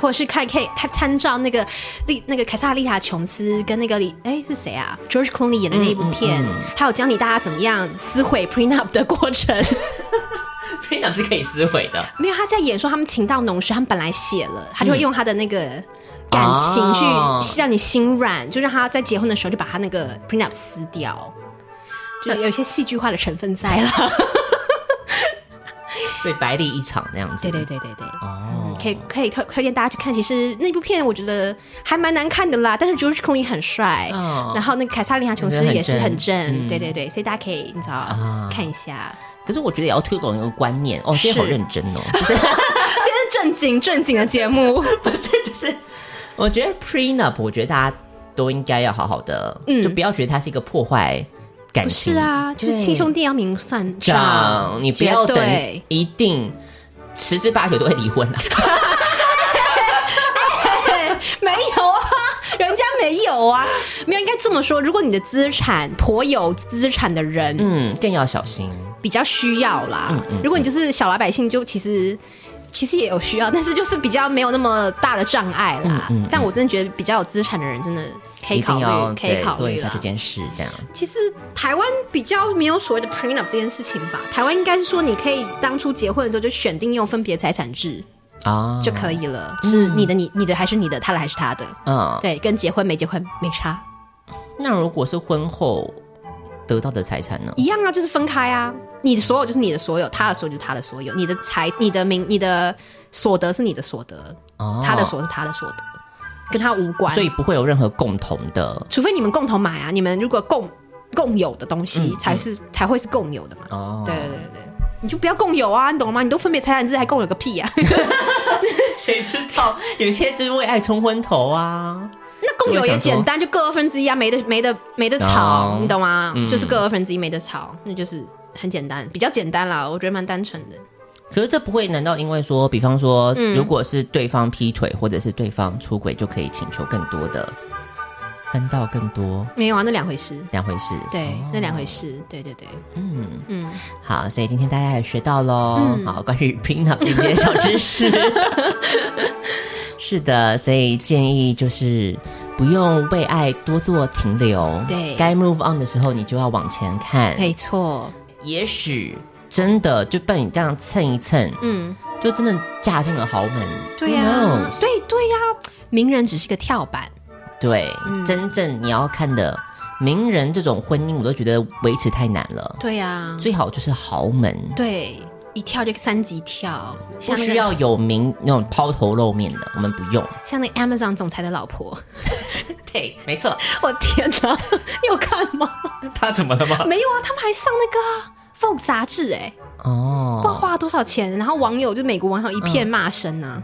Speaker 2: 或者是看可以他参照那个丽那个凯撒丽塔琼斯跟那个李哎是谁啊？George Clooney 演的那一部片，
Speaker 1: 嗯嗯
Speaker 2: 还有教你大家怎么样撕毁 prenup 的过程。
Speaker 1: prenup 是可以撕毁的，
Speaker 2: 没有，他在演说他们情到浓时，他们本来写了，他就会用他的那个
Speaker 1: 嗯
Speaker 2: 感情去
Speaker 1: 哦
Speaker 2: 让你心软，就让他在结婚的时候就把他那个 prenup 撕掉，就有一些戏剧化的成分在了。
Speaker 1: 所以白立一场那样子。
Speaker 2: 对对对对对。嗯
Speaker 1: 哦，
Speaker 2: 可以可以推推荐大家去看。其实那部片我觉得还蛮难看的啦，但是 George Clooney 很帅，
Speaker 1: 嗯
Speaker 2: 然后那个凯撒琳娜琼斯也是很正，
Speaker 1: 嗯啊
Speaker 2: 对对对，所以大家可以你知道、看一下，
Speaker 1: 可是我觉得也要推广一个观念哦，今天好
Speaker 2: 是
Speaker 1: 认真 哦，就是
Speaker 2: 今天是正经正经的节目，
Speaker 1: 不是就是，我觉得 prenup，我觉得大家都应该要好好的，
Speaker 2: 嗯
Speaker 1: 就不要觉得它是一个破坏感
Speaker 2: 不
Speaker 1: 情。
Speaker 2: 是啊，就是
Speaker 1: 对
Speaker 2: 亲兄弟要明算账
Speaker 1: 长，，你不要
Speaker 2: 绝
Speaker 1: 等
Speaker 2: 对，
Speaker 1: 一定十之八九都会离 婚了、啊
Speaker 2: 没有啊。人家没有啊，没有应该这么说。如果你的资产颇有资产的人，
Speaker 1: 嗯，更要小心。
Speaker 2: 比较需要啦。
Speaker 1: 嗯
Speaker 2: 如果你就是小老百姓，就其实其实也有需要，但是就是比较没有那么大的障碍啦。但我真的觉得比较有资产的人，真的可
Speaker 1: 嗯
Speaker 2: 以
Speaker 1: 一
Speaker 2: 考
Speaker 1: 定要
Speaker 2: 虑，可以
Speaker 1: 对
Speaker 2: 考
Speaker 1: 做一
Speaker 2: 虑
Speaker 1: 下这
Speaker 2: 啦。
Speaker 1: 件事，这样
Speaker 2: 其实台湾比较没有所谓的 prenup 这件事情吧，台湾应该是说你可以当初结婚的时候就选定用分别财产制
Speaker 1: 啊，
Speaker 2: 就可以了，就是你的你你的还是你的，他的还是他的，
Speaker 1: 嗯。
Speaker 2: 对，跟结婚没结婚没差，
Speaker 1: 那如果是婚后得到的财产呢？
Speaker 2: 一样啊，就是分开啊，你的所有就是你的所有，他的所有就是他的所有，你的财、你的名、你的所得是你的所得，
Speaker 1: 哦
Speaker 2: 他的所得是他的所得，跟他无关，
Speaker 1: 所以不会有任何共同的
Speaker 2: 除非你们共同买啊，你们如果共共有的东西才是、才会是共有的嘛。
Speaker 1: 嗯哦
Speaker 2: 对对对对，你就不要共有啊，你懂吗？你都分别财产制，还共有个 屁呀、啊！
Speaker 1: 谁知道？有些就是为爱冲昏头啊。
Speaker 2: 那共有也简单，就各二分之一啊，没得没得没得吵，
Speaker 1: 哦
Speaker 2: 你懂吗？
Speaker 1: 嗯
Speaker 2: 就是各二分之一没得吵，那就是很简单，比较简单啦，我觉得蛮单纯的。
Speaker 1: 可是这不会？难道因为说，比方说，
Speaker 2: 嗯
Speaker 1: 如果是对方劈腿或者是对方出轨，就可以请求更多的分到更多
Speaker 2: 没有啊，那两回事。
Speaker 1: 两回事？
Speaker 2: 对，
Speaker 1: 哦
Speaker 2: 那两回事，对对对，
Speaker 1: 嗯，
Speaker 2: 嗯，
Speaker 1: 好，所以今天大家也学到喽，好，关于 prenup 的一些小知 识。是的，所以建议就是不用为爱多做停留，
Speaker 2: 对
Speaker 1: 该 move on 的时候，你就要往前看。
Speaker 2: 没错，
Speaker 1: 也许真的就被你这样蹭一蹭，
Speaker 2: 嗯，
Speaker 1: 就真的嫁进了豪门。
Speaker 2: 对呀、
Speaker 1: Who knows？
Speaker 2: 对对呀、名人只是个跳板，
Speaker 1: 对，
Speaker 2: 嗯
Speaker 1: 真正你要看的名人这种婚姻，我都觉得维持太难了，
Speaker 2: 对呀、
Speaker 1: 最好就是豪门。
Speaker 2: 对，一跳就三级跳，
Speaker 1: 不
Speaker 2: 像那
Speaker 1: 需
Speaker 2: 个
Speaker 1: 要有名那种抛头露面的，我们不用。
Speaker 2: 像那个 Amazon 总裁的老婆，
Speaker 1: 对，没错。
Speaker 2: 我天哪， 你有看 吗？
Speaker 1: 他怎么了吗？
Speaker 2: 没有啊，他们还上那个、啊。Vogue 杂志哎、不知道
Speaker 1: 哦，
Speaker 2: 花了多少钱，然后网友就美国网友一片骂声啊，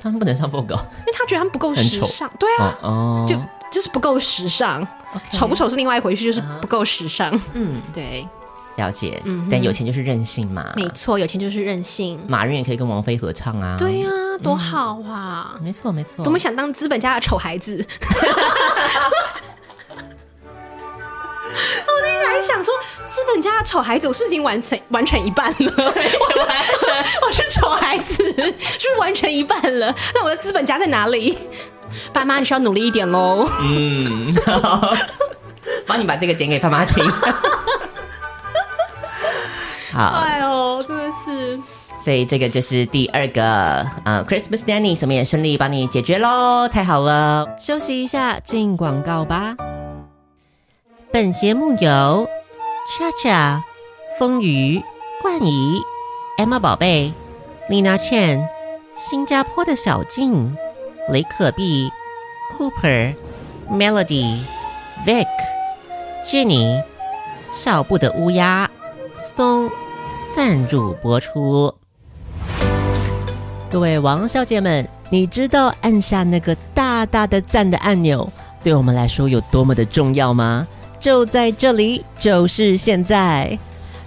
Speaker 1: 他们不能上 Vogue 哦
Speaker 2: 因为他觉得他们不够
Speaker 1: 嗯很
Speaker 2: 时
Speaker 1: 丑
Speaker 2: 尚，对啊，
Speaker 1: 哦哦，
Speaker 2: 就就是不够时尚，丑不丑是另外一回事，就是
Speaker 1: 啊
Speaker 2: 不够时尚，嗯，对，
Speaker 1: 了解。但有钱就是任性嘛。
Speaker 2: 嗯没错，有钱就是任性，
Speaker 1: 马云也可以跟王菲合唱啊。
Speaker 2: 对呀、多好啊！
Speaker 1: 没错没错。
Speaker 2: 多么想当资本家的丑孩子！ 我那天还想说，资本家的丑孩子，我是不是已经完成完成一半了？我完成， 我是丑孩子，是不是完成一半了？那我的资本家在哪里？爸妈，你需要努力一点喽。
Speaker 1: 嗯，好帮你把这个剪给爸妈听。 好，
Speaker 2: 哎呦，真的是
Speaker 1: 所以这个就是第二个呃，Christmas Nanny，什么也顺利帮你解决喽，太好了！休息一下，进广告吧。本节目由恰恰、风雨、冠仪、Emma 宝贝、Lina Chen、新加坡的小静、雷可碧、Cooper、Melody、Vic、Jenny、少布的乌鸦、松赞助播出。各位王小姐们，你知道按下那个大大的赞的按钮对我们来说有多么的重要吗？就在这里，就是现在，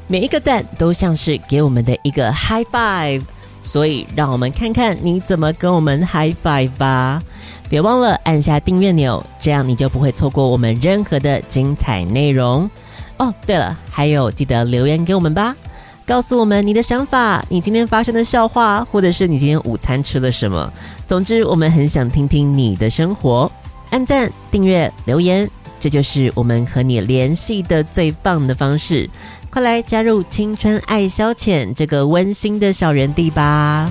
Speaker 1: 每一个赞都像是给我们的一个 high five，所以让我们看看你怎么跟我们 high five 吧。别忘了按下订阅钮，这样你就不会错过我们任何的精彩内容。哦，对了，还有记得留言给我们吧。告诉我们你的想法，你今天发生的笑话，或者是你今天午餐吃了什么。总之，我们很想听听你的生活。按赞、订阅、留言，这就是我们和你联系的最棒的方式。快来加入“青春爱消遣”这个温馨的小园地吧！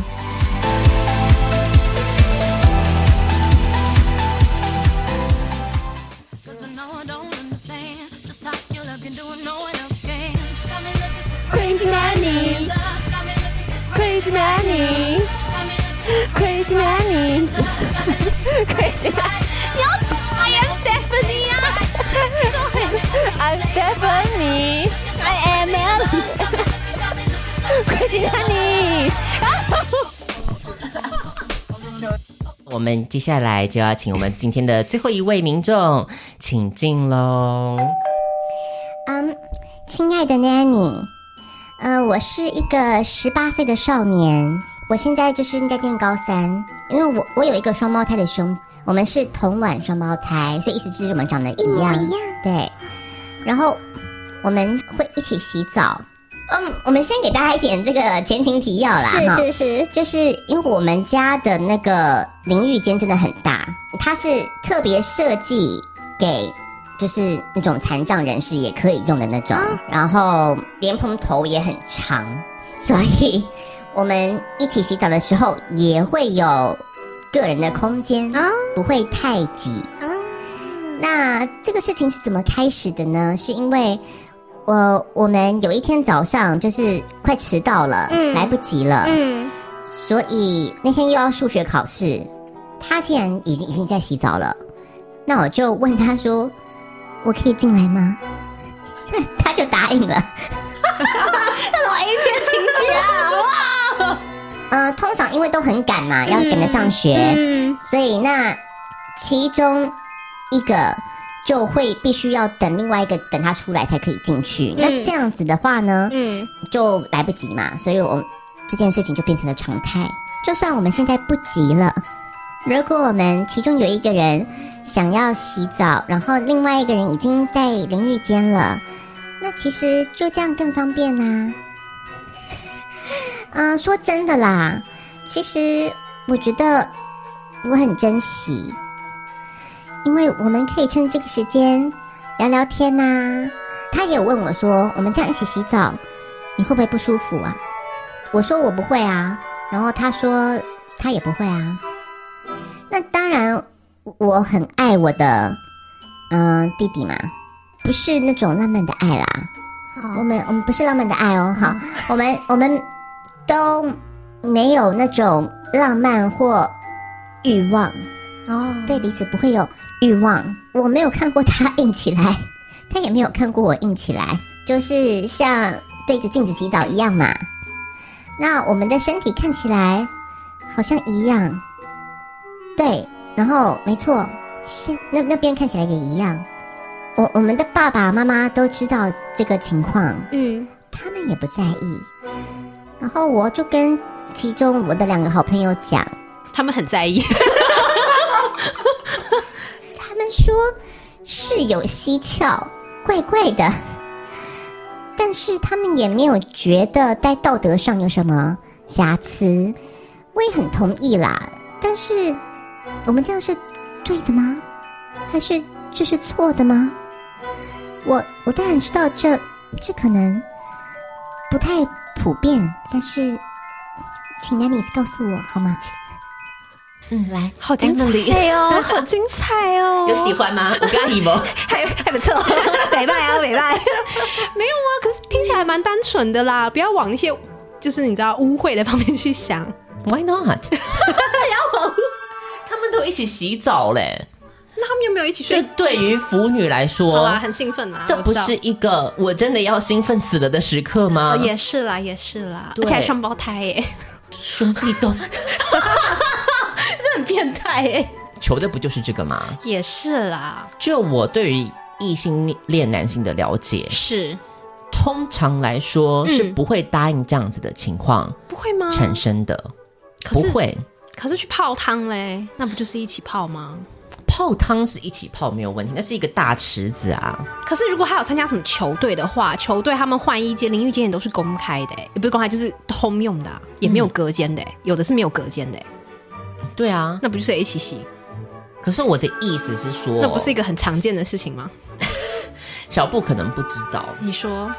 Speaker 5: Cause I know I don't understand Just how your love can do what no one else can Got me looking so
Speaker 4: Crazy nannies,
Speaker 5: lost Got me looking so
Speaker 4: crazy nannies,
Speaker 5: Got me looking
Speaker 4: crazy nannies,
Speaker 5: so Got me looking so
Speaker 4: crazy.
Speaker 5: You're I am Stephanie
Speaker 4: I'm Stephanie. I am Melanie. Crazy nannies.
Speaker 1: 我们接下来就要请我们今天的最后一位民众请进喽。
Speaker 3: 嗯，亲爱的 Nanny，呃，我是一个十八岁的少年，我现在就是在念高三，因为我我有一个双胞胎的兄，我们是同卵双胞胎，所以一直就是我们长得一
Speaker 4: 模
Speaker 3: 样，
Speaker 4: 一样
Speaker 3: 对。然后我们会一起洗澡。嗯，我们先给大家一点这个前情提要啦，哈
Speaker 4: 是是是，
Speaker 3: 就是因为我们家的那个淋浴间真的很大，它是特别设计给就是那种残障人士也可以用的那种，
Speaker 2: 啊
Speaker 3: 然后莲蓬头也很长，所以我们一起洗澡的时候也会有个人的空间
Speaker 4: 啊
Speaker 3: 不会太挤。
Speaker 2: 啊
Speaker 3: 那这个事情是怎么开始的呢？是因为我我们有一天早上就是快迟到了，
Speaker 2: 嗯
Speaker 3: 来不及了，
Speaker 2: 嗯，
Speaker 3: 所以那天又要数学考试，他竟然已经已经在洗澡了，那我就问他说：“我可以进来吗？” 他就答应了。
Speaker 2: 老 A 片情节啊，
Speaker 3: 呃，通常因为都很赶嘛，要赶着上学，
Speaker 2: 嗯，
Speaker 3: 所以那其中一个就会必须要等另外一个等他出来才可以进去。那这样子的话呢，
Speaker 2: 嗯，
Speaker 3: 就来不及嘛，所以我们这件事情就变成了常态。就算我们现在不急了，如果我们其中有一个人想要洗澡，然后另外一个人已经在淋浴间了，那其实就这样更方便 呐、嗯、说真的啦，其实我觉得我很珍惜，因为我们可以趁这个时间聊聊天呐、他也有问我说，我们这样一起洗澡，你会不会不舒服啊？我说我不会啊，然后他说他也不会啊。那当然，我很爱我的嗯、呃弟弟嘛，不是那种浪漫的爱啦。我们我们不是浪漫的爱哦，好，我们我们都没有那种浪漫或欲望哦，对彼此不会有欲望。我没有看过他硬起来，他也没有看过我硬起来，就是像对着镜子洗澡一样嘛。那我们的身体看起来好像一样，对，然后没错，是那那边看起来也一样。我我们的爸爸妈妈都知道这个情况，
Speaker 2: 嗯，
Speaker 3: 他们也不在意。然后我就跟其中我的两个好朋友讲，
Speaker 2: 他们很在意，
Speaker 3: 他们说是有蹊跷，怪怪的，但是他们也没有觉得在道德上有什么瑕疵。我也很同意啦，但是我们这样是对的吗？还是这是错的吗？我我当然知道这这可能不太普遍，但是请 Nannies 告诉我好吗？
Speaker 1: 嗯，来，
Speaker 2: 好精彩
Speaker 1: Emily
Speaker 2: 哦， 好精彩哦，
Speaker 1: 有喜欢吗？我跟阿姨吗？
Speaker 2: 还还不错， 北拜啊北拜， 没有啊，可是听起来蛮单纯的啦，不要往一些就是你知道污秽的方面去想。
Speaker 1: Why not？他们都一起洗澡嘞，
Speaker 2: 那他们有没有一起
Speaker 1: 这
Speaker 2: 睡？
Speaker 1: 对于腐女来
Speaker 2: 好
Speaker 1: 说
Speaker 2: 啦，，很兴奋啊，
Speaker 1: 这不
Speaker 2: 我知道
Speaker 1: 是一个我真的要兴奋死了的时刻吗
Speaker 2: 哦？也是啦，也是啦，
Speaker 1: 对
Speaker 2: 而且还双胞胎 耶，
Speaker 1: 兄弟都
Speaker 2: 很变态耶，
Speaker 1: 求的不就是这个吗？
Speaker 2: 也是啦，
Speaker 1: 就我对于异性恋男性的了解，
Speaker 2: 是
Speaker 1: 通常来说
Speaker 2: 嗯
Speaker 1: 是不会答应这样子的情况
Speaker 2: 不会吗？
Speaker 1: 产生的，
Speaker 2: 嗯可
Speaker 1: 不
Speaker 2: 是
Speaker 1: 会。
Speaker 2: 可是去泡汤嘞，那不就是一起泡吗？
Speaker 1: 泡汤是一起泡没有问题，那是一个大池子啊。
Speaker 2: 可是如果他有参加什么球队的话，球队他们换衣间、淋浴间也都是公开的、欸，也不是公开就是通用的啊、也没有隔间的欸、有的是没有隔间的欸、
Speaker 1: 对啊，
Speaker 2: 那不就是一起洗？
Speaker 1: 可是我的意思是说，
Speaker 2: 那不是一个很常见的事情吗？
Speaker 1: 小布可能不知道，
Speaker 2: 你说，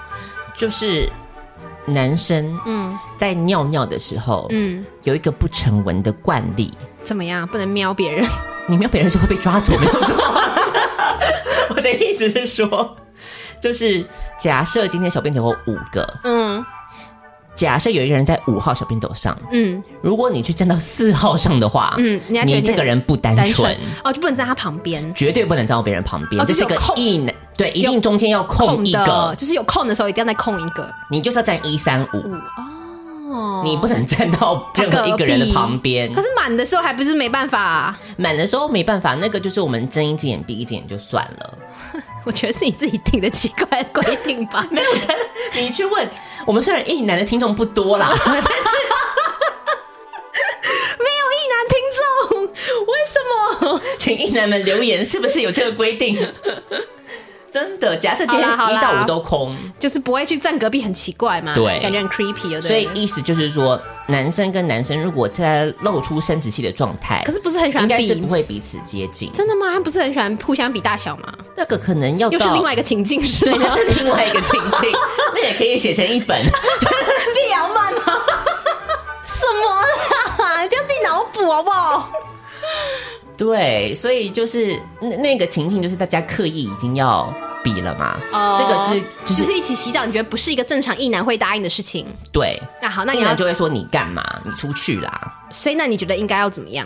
Speaker 1: 就是男生
Speaker 2: 嗯
Speaker 1: 在尿尿的时候，
Speaker 2: 嗯，
Speaker 1: 有一个不成文的惯例，
Speaker 2: 怎么样？不能瞄别人，
Speaker 1: 你没有别人就会被抓走，没有错。 我的意思是说，就是假设今天小便斗有五个，
Speaker 2: 嗯
Speaker 1: 假设有一个人在五号小便斗上，
Speaker 2: 嗯，
Speaker 1: 如果你去站到四号上的话，
Speaker 2: 嗯人家觉得
Speaker 1: 你这个人不单
Speaker 2: 单
Speaker 1: 纯
Speaker 2: 纯。哦，就不能站他旁边。
Speaker 1: 绝对不能站到别人旁边，
Speaker 2: 哦
Speaker 1: 这
Speaker 2: 就是
Speaker 1: 是
Speaker 2: 有
Speaker 1: 个
Speaker 2: 空
Speaker 1: 一男对，一定中间要空
Speaker 2: 空
Speaker 1: 一
Speaker 2: 的
Speaker 1: 个，，
Speaker 2: 就是有空的时候一定要再空一个。
Speaker 1: 你就是要站一三五，
Speaker 2: 哦，
Speaker 1: 你不能站到任何一个人的旁边
Speaker 2: 可。是满的时候还不是没办法、啊
Speaker 1: 满的时候没办法，那个就是我们睁一只眼闭一只眼就算了。
Speaker 2: 我觉得是你自己定的奇怪的规定吧。
Speaker 1: 没有真的，你去问我们虽然一男的听众不多 啦，但是
Speaker 2: 没有一男听众，为什么？
Speaker 1: 请一男们留言是不是有这个规定？真的，假设今天
Speaker 2: 好啦好
Speaker 1: 一
Speaker 2: 啦
Speaker 1: 到五都空，
Speaker 2: 就是不会去站隔壁，很奇怪嘛，
Speaker 1: 对
Speaker 2: 感觉很 creepy 了，对
Speaker 1: 所以意思就是说，男生跟男生如果在露出生殖器的状态，
Speaker 2: 可是不是很喜欢
Speaker 1: 应该是
Speaker 2: 比
Speaker 1: 不。会彼此接近。
Speaker 2: 真的吗？他不是很喜欢互相比大小吗？
Speaker 1: 那个可能要
Speaker 2: 又是
Speaker 1: 到
Speaker 2: 另外一个情境是
Speaker 1: 对，
Speaker 2: 吗
Speaker 1: 那？ 是另外一个情 境，那也可以写成一本。
Speaker 2: 碧瑶漫吗？什么啦？你不要自己脑补好不好？
Speaker 1: 对，所以就是那那个情境，就是大家刻意已经要比了嘛。这个是就、
Speaker 2: 哦就是是一起洗澡，你觉得不是一个正常异男会答应的事情。
Speaker 1: 对。
Speaker 2: 那好，那你
Speaker 1: 一
Speaker 2: 要
Speaker 1: 男就会说你干嘛？你出去啦。
Speaker 2: 所以那你觉得应该要怎么样？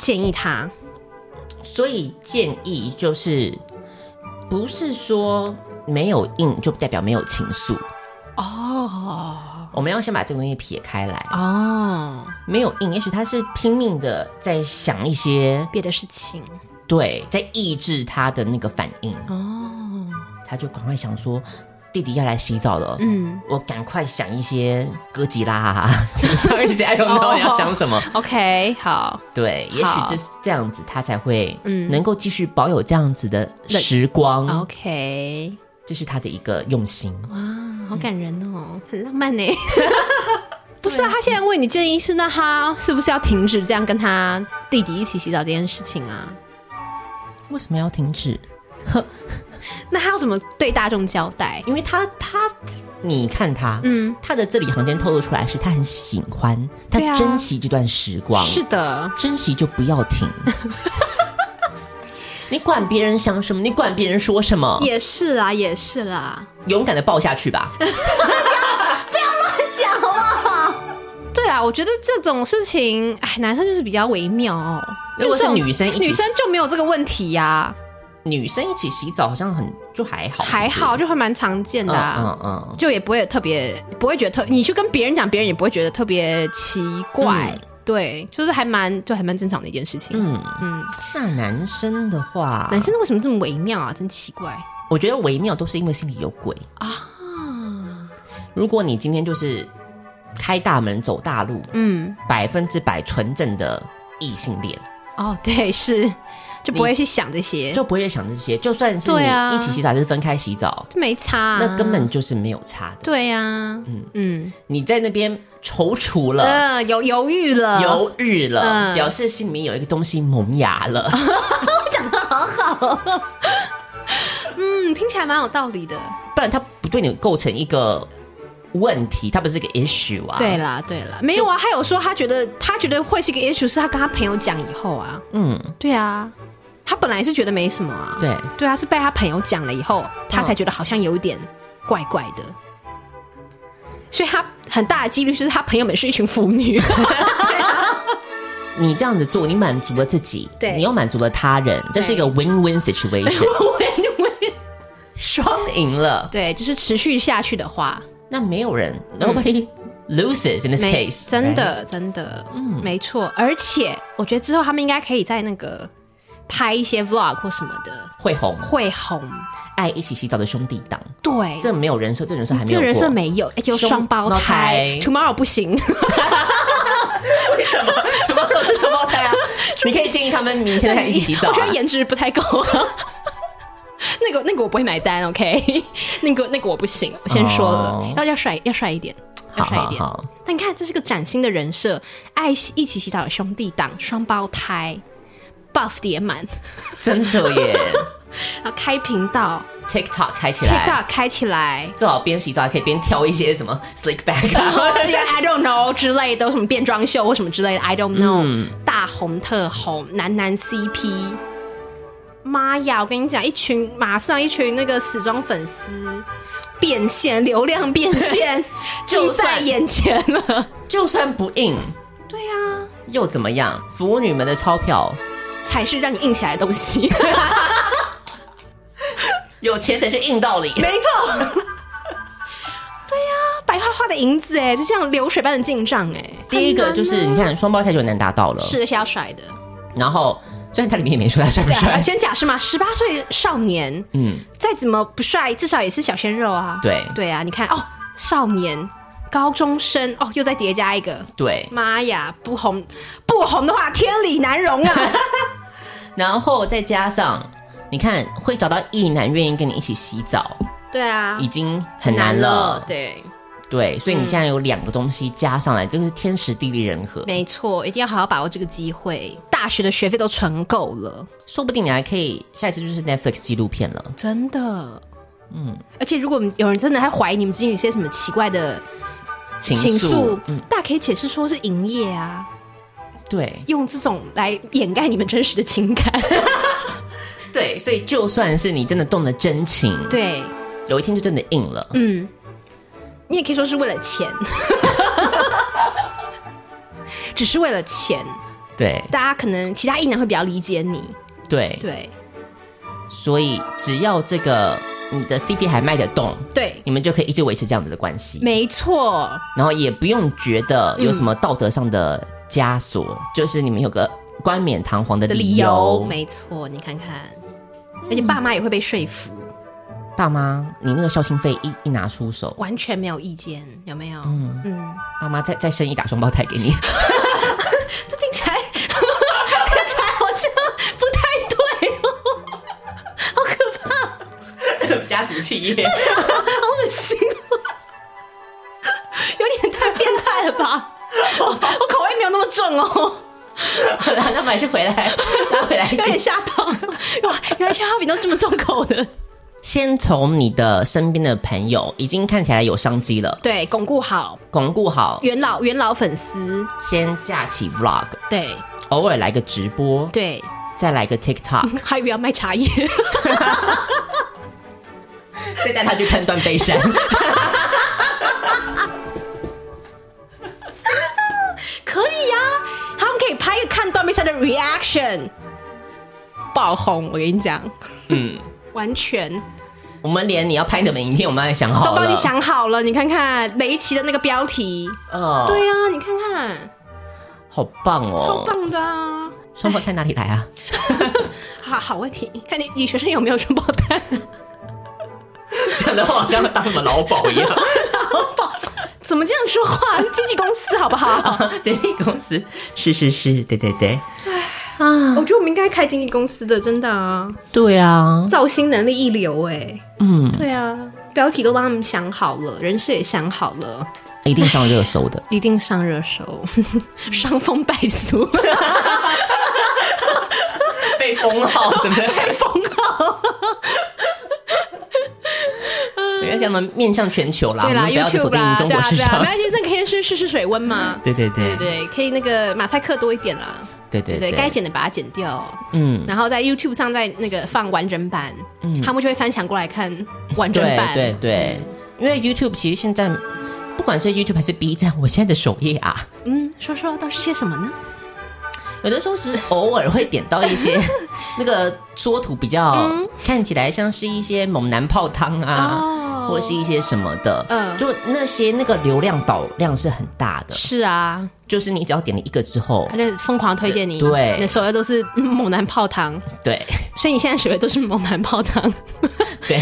Speaker 2: 建议他
Speaker 1: 所以建议就是，不是说没有硬就代表没有情愫。
Speaker 2: 哦
Speaker 1: 我们要先把这个东西撇开来，
Speaker 2: 哦，
Speaker 1: 没有硬，也许他是拼命的在想一些
Speaker 2: 别的事情
Speaker 1: 对，在抑制他的那个反应，
Speaker 2: 哦，
Speaker 1: 他就赶快想说。弟弟要来洗澡了，嗯，我赶快想一些哥吉拉、啊， 想一些 I don't know
Speaker 2: 哦
Speaker 1: 要想什么，
Speaker 2: OK，好，
Speaker 1: 对，也许
Speaker 2: 好
Speaker 1: 就是这样子，他才会，嗯，
Speaker 2: 嗯
Speaker 1: 能够继续保有这样子的时光，
Speaker 2: OK，
Speaker 1: 这是他的一个用心。
Speaker 2: 哇，好感人哦，很浪漫呢。 不是啊，他现在问你建议是，那他是不是要停止这样跟他弟弟一起洗澡这件事情啊？
Speaker 1: 为什么要停止？
Speaker 2: 那他要怎么对大众交代？
Speaker 1: 因为他他，你看他，
Speaker 2: 嗯，
Speaker 1: 他的字里行间透露出来是他很喜欢，他
Speaker 2: 对啊
Speaker 1: 珍惜这段时光，
Speaker 2: 是的，
Speaker 1: 珍惜就不要 停。你管别人想什么，你管别人说什么，
Speaker 2: 也是啦，也是啦。
Speaker 1: 勇敢的抱下去 吧。
Speaker 2: 对啊，我觉得这种事情，哎，男生就是比较微妙哦。
Speaker 1: 如果是
Speaker 2: 这种
Speaker 1: 女生一起
Speaker 2: 女生就没有这个问题呀、
Speaker 1: 女生一起洗澡好像很就还好，
Speaker 2: 还好，
Speaker 1: 是
Speaker 2: 就还蛮常见
Speaker 1: 不
Speaker 2: 的、
Speaker 1: 是
Speaker 2: 啊。
Speaker 1: 嗯嗯嗯，
Speaker 2: 就也不会特别，不会觉得特，你去跟别人讲，别人也不会觉得特别奇怪。
Speaker 1: 嗯
Speaker 2: 对，就是还蛮，就还蛮正常的一件事情。嗯嗯，
Speaker 1: 那男生的话，
Speaker 2: 男生为什么这么微妙啊？真奇怪
Speaker 1: 我觉得微妙都是因为心里有鬼。
Speaker 2: 啊！
Speaker 1: 如果你今天就是开大门走大路，
Speaker 2: 嗯，
Speaker 1: 百分之百纯正的异性恋，
Speaker 2: 哦， 对，是，就不会去想这些，
Speaker 1: 就不会想这些。就算是
Speaker 2: 对啊
Speaker 1: 你一起洗澡，还是分开洗澡，
Speaker 2: 就没差、啊，
Speaker 1: 那根本就是没有差的。
Speaker 2: 对呀、啊，嗯嗯，
Speaker 1: 你在那边踌躇了。
Speaker 2: 呃，犹犹豫了，
Speaker 1: 犹豫了，
Speaker 2: 嗯
Speaker 1: 表示心里面有一个东西萌芽了。
Speaker 2: 嗯，听起来蛮有道理的。
Speaker 1: 不然它不对你构成一个问题，它不是个 issue 啊。
Speaker 2: 对，啦，对啦，没有啊，他有说他觉得他觉得会是一个 issue，是他跟他朋友讲以后啊，
Speaker 1: 嗯，
Speaker 2: 对啊，他本来是觉得没什么啊，
Speaker 1: 对，嗯
Speaker 2: 对啊，是被他朋友讲了以后，他才觉得好像有一点怪怪的。所以他很大的几率是他朋友们是一群腐 女，
Speaker 1: 你这样子做，你满足了自己，
Speaker 2: 对哎
Speaker 1: 你又满足了他人，这是一个 win-win situation，双赢了。
Speaker 2: 对，就是持续下去的话，
Speaker 1: 那没有人，nobody loses in this
Speaker 2: 嗯没
Speaker 1: case，哎
Speaker 2: 真
Speaker 1: right？
Speaker 2: 的真的，嗯，没错。而且我觉得之后他们应该可以在那个拍一些 vlog 或什么的
Speaker 1: 会红，
Speaker 2: 会红，
Speaker 1: 爱一起洗澡的兄弟档，
Speaker 2: 对，
Speaker 1: 这没有人设，这人设还没
Speaker 2: 这
Speaker 1: 有过，
Speaker 2: 个人设没有，哎，就
Speaker 1: 双
Speaker 2: 双胞
Speaker 1: 胞
Speaker 2: 胎
Speaker 1: 胎
Speaker 2: ，tomorrow 不行，
Speaker 1: 什么都是双胞 胎啊？你可以建议他们明天再一起洗澡、啊。
Speaker 2: 我觉得颜值不太够、 啊。那个那个我不会买单，OK？那 个那个我不行，我先说了，
Speaker 1: 哦
Speaker 2: 要要帅要帅一点，要
Speaker 1: 好
Speaker 2: 帅一
Speaker 1: 好
Speaker 2: 点。
Speaker 1: 好，
Speaker 2: 但你看，这是个崭新的人设，爱洗一起洗澡的兄弟档，双胞胎，buff 叠满，
Speaker 1: 真的耶
Speaker 2: 然后开频道
Speaker 1: ！TikTok 开起来
Speaker 2: ，TikTok 开起来
Speaker 1: 最好边洗澡还可以边挑一些什么 slick back 啊。
Speaker 2: 这些 I don't know 之类的，什么变装秀或什么之类的，I don't know，、大
Speaker 1: 嗯
Speaker 2: 红特红，男男 CP，妈呀！我跟你讲，一群马上一群那个死忠粉丝变现，流量变现
Speaker 1: 就
Speaker 2: 就在
Speaker 1: 算
Speaker 2: 眼前 了。
Speaker 1: 就算不硬，
Speaker 2: 对啊，
Speaker 1: 又怎么样？腐女们的钞票，
Speaker 2: 才是让你硬起来的东西。
Speaker 1: 有钱才是硬道理。
Speaker 2: 没啊错，对呀、白花花的银子哎，就这样流水般的进账哎。
Speaker 1: 第一个就是你看双胞胎就很难达到了，
Speaker 2: 是而且要甩的。
Speaker 1: 然后虽然它里面也没说他 帅不
Speaker 2: 对啊，
Speaker 1: 帅，
Speaker 2: 先假设嘛，十八岁少年，
Speaker 1: 嗯
Speaker 2: 嗯，再怎么不帅，至少也是小鲜肉啊。
Speaker 1: 对
Speaker 2: 对啊，你看哦，少年、高中生，哦，又再叠加一个，
Speaker 1: 对，
Speaker 2: 妈呀，不 红不红的话，天理难容啊！
Speaker 1: 然后再加上你看会找到异男愿意跟你一起洗澡，
Speaker 2: 对啊
Speaker 1: 已经很难了。
Speaker 2: 对，
Speaker 1: 对，所以你现在有两个东西加上来，就是天时地利人和。
Speaker 2: 没错，一定要好好把握这个机会。大学的学费都存够了，
Speaker 1: 说不定你还可以下一次就是 Netflix 纪录片了。
Speaker 2: 真的。嗯，而且如果有人真的还怀疑你们之间有些什么奇怪的
Speaker 1: 情
Speaker 2: 情
Speaker 1: 愫
Speaker 2: 愫，，
Speaker 1: 嗯，
Speaker 2: 大可以解释说是营业啊，
Speaker 1: 对
Speaker 2: 用这种来掩盖你们真实的 情感。
Speaker 1: 对，所以就算是你真的动了真情，，
Speaker 2: 对，
Speaker 1: 有一天就真的硬了。
Speaker 2: 嗯，你也可以说是为了钱， 只是为了钱。
Speaker 1: 对
Speaker 2: 大家可能其他异男会比较理解你，
Speaker 1: 对，
Speaker 2: 对
Speaker 1: 所以只要这个你的 CD 还卖得动，
Speaker 2: 对，
Speaker 1: 你们就可以一直维持这样子的关系，
Speaker 2: 没错，
Speaker 1: 然后也不用觉得有什么道德上的枷锁，就是你们有个冠冕堂皇的
Speaker 2: 的
Speaker 1: 理
Speaker 2: 理
Speaker 1: 由
Speaker 2: 由。没错，你看看，而且爸妈也会被说服，
Speaker 1: 爸妈，你那个孝心费一一拿出手，
Speaker 2: 完全没有意见，有没有？嗯嗯，
Speaker 1: 爸妈再再生一打双胞胎给你。
Speaker 2: 这听起来 听起来好像不太对哦，好可怕，
Speaker 1: 家族企 业，
Speaker 2: 好恶心哦， 有点太变态了吧？我我口味没有那么重哦。
Speaker 1: 好啦，那我们还是回来，拉回来一
Speaker 2: 有点
Speaker 1: 点。
Speaker 2: 吓到， 哇！原来消化饼都这么重口的，
Speaker 1: 先从你的身边的朋友已经看起来有商机了，
Speaker 2: 对，巩固好
Speaker 1: 巩固好，
Speaker 2: 元老元老粉丝，
Speaker 1: 先架起 vlog，
Speaker 2: 对
Speaker 1: 偶尔来个直播，
Speaker 2: 对，
Speaker 1: 再来个 TikTok，
Speaker 2: 还以为要卖茶叶，
Speaker 1: 再带他去看断背 山。
Speaker 2: 可以呀、他们可以拍一个看断背山的 reaction，爆红，我跟你讲，
Speaker 1: 嗯，
Speaker 2: 完全，
Speaker 1: 我们连你要拍什么影片，我们还想好
Speaker 2: 都
Speaker 1: 了。
Speaker 2: 帮你，想好了，你看看每一期的那个标题，
Speaker 1: 哦，
Speaker 2: 对呀、你看看，
Speaker 1: 好棒哦，
Speaker 2: 超。棒的啊！
Speaker 1: 双胞胎哪里来啊？
Speaker 2: 好好问题，看你你学生有没有双胞胎？
Speaker 1: 讲的我好像当什么老鸨一样。
Speaker 2: 怎么这样说话？是经纪公司好不好？
Speaker 1: 经纪公司是是是，对对对，
Speaker 2: 我觉得我们应该开经纪公司的，真的啊。
Speaker 1: 对啊，
Speaker 2: 造星能力一流哎、
Speaker 1: 嗯，
Speaker 2: 对啊，标题都帮他们想好了，人设也想好了，
Speaker 1: 一定上热搜的。
Speaker 2: 一定上热搜， 伤风败 俗，
Speaker 1: 被封 号什么的，被封 号。没关系，我们面向全球啦，
Speaker 2: 对
Speaker 1: 我
Speaker 2: 啦
Speaker 1: 们不要只锁
Speaker 2: ，YouTube
Speaker 1: 定
Speaker 2: 啦，
Speaker 1: 中
Speaker 2: 对
Speaker 1: 国
Speaker 2: 啊
Speaker 1: 市
Speaker 2: 对啊，
Speaker 1: 场
Speaker 2: 没。关系，那个可以试试试水温嘛，
Speaker 1: 对对 对
Speaker 2: 对对，可以那个马赛克多一点啦，
Speaker 1: 对
Speaker 2: 对
Speaker 1: 对
Speaker 2: 对，该剪的把它剪掉，
Speaker 1: 嗯，
Speaker 2: 然后在 YouTube 上再那个放完整版，他们就会翻墙过来看 完整
Speaker 1: 对
Speaker 2: 版，
Speaker 1: 嗯对对，因为 YouTube 其实现在不管是 YouTube 还是 B 站，我现在的首页啊，
Speaker 2: 嗯，说说都是些什么呢？
Speaker 1: 有的时候是偶尔会点到一 些那个缩图比较看起来像是一些猛男泡汤啊，
Speaker 2: 嗯哦
Speaker 1: 或是一些什么的，
Speaker 2: 嗯
Speaker 1: 就那些那个流量导量是很大的，
Speaker 2: 是啊，
Speaker 1: 就是你只要点了一个之后
Speaker 2: 他，就疯狂推荐你，
Speaker 1: 对
Speaker 2: 你的首页都是嗯猛男泡汤。
Speaker 1: 对。
Speaker 2: 所以你现在学的都是猛男泡汤，
Speaker 1: 对。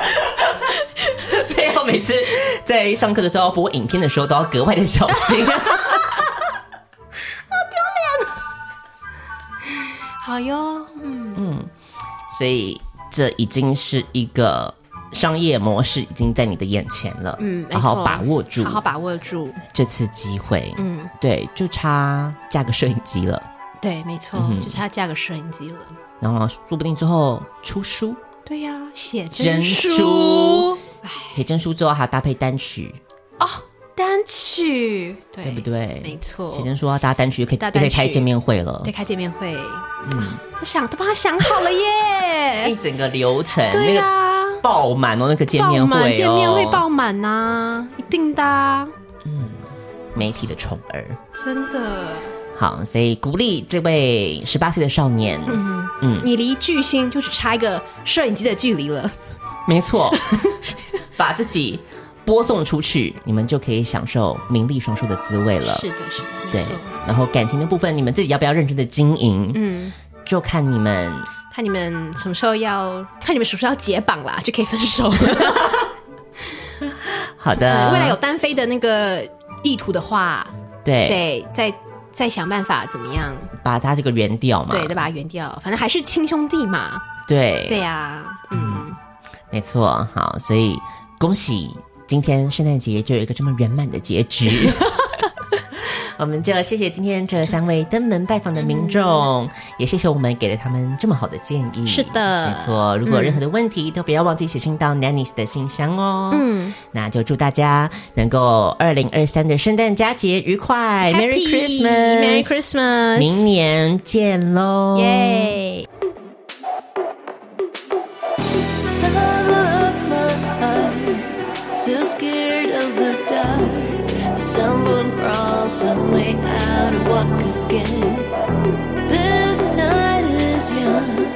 Speaker 1: 所以我每次在上课的时候播影片的时候，都要格外的小心。
Speaker 2: 好哟。
Speaker 1: 所以这已经是一个商业模式，已经在你的眼前了。
Speaker 2: 嗯，没
Speaker 1: 好好
Speaker 2: 错
Speaker 1: 把握住
Speaker 2: 好好把握住。
Speaker 1: 这次机会。
Speaker 2: 嗯，
Speaker 1: 对，就差架个摄影机了，
Speaker 2: 对，没错，
Speaker 1: 嗯
Speaker 2: 就是他架个摄影机了。
Speaker 1: 然后说不定之后出书，
Speaker 2: 对呀、写
Speaker 1: 真
Speaker 2: 真
Speaker 1: 书写真书之后还要搭配单曲，
Speaker 2: 哦，单曲，对
Speaker 1: 对不？对？
Speaker 2: 哎没错
Speaker 1: 写真书要搭单曲，就可以
Speaker 2: 搭
Speaker 1: 就可以
Speaker 2: 单曲
Speaker 1: 开见面会了
Speaker 2: 对，。开见面会，嗯，我想都帮他想好了耶
Speaker 1: 哎一。整个流程，
Speaker 2: 对呀、
Speaker 1: 那个爆满哦，那个见
Speaker 2: 爆
Speaker 1: 面会、哦，
Speaker 2: 满见面会爆满呐、一定的啊、
Speaker 1: 媒体的宠儿。
Speaker 2: 真的。
Speaker 1: 好，所以鼓励这位十八岁的少年，
Speaker 2: 嗯
Speaker 1: 嗯
Speaker 2: 你离巨星就只差一个摄影机的距离了。
Speaker 1: 没 错，把自己播送出去，你们就可以享受名利双收的滋味了。
Speaker 2: 是的，是的，没
Speaker 1: 对
Speaker 2: 错。，
Speaker 1: 然后感情的部分，你们自己要不要认真的经营，
Speaker 2: 嗯。
Speaker 1: 就看你们。
Speaker 2: 看你们什么时候要，看你们什么时候要解绑啦，就可以分手。
Speaker 1: 好
Speaker 2: 嗯
Speaker 1: 的，呃
Speaker 2: 未来有单飞的那个意图的话，
Speaker 1: 对
Speaker 2: 对，再再想办法怎么样，
Speaker 1: 把它这个圆掉嘛。
Speaker 2: 对，再把它圆掉，反正还是亲兄弟嘛。
Speaker 1: 对
Speaker 2: 对呀、嗯，
Speaker 1: 没错。好，所以恭喜今天圣诞节就有一个这么圆满的结 局。我们就谢谢今天这三位登门拜访的民众，也谢谢我们给了他们这么好的建议。
Speaker 2: 是的
Speaker 1: 没错。如果有任何的问题，都不要忘记写信到 Nanny's 的信箱哦。嗯，那就祝大家能够二零二三的圣诞佳节愉快
Speaker 2: Happy
Speaker 1: ，Merry Christmas，Merry
Speaker 2: Merry Christmas
Speaker 1: 明年见喽，
Speaker 2: 耶、
Speaker 6: So scared of the dark, I stumble and crawl some way out and walk again. This night is young,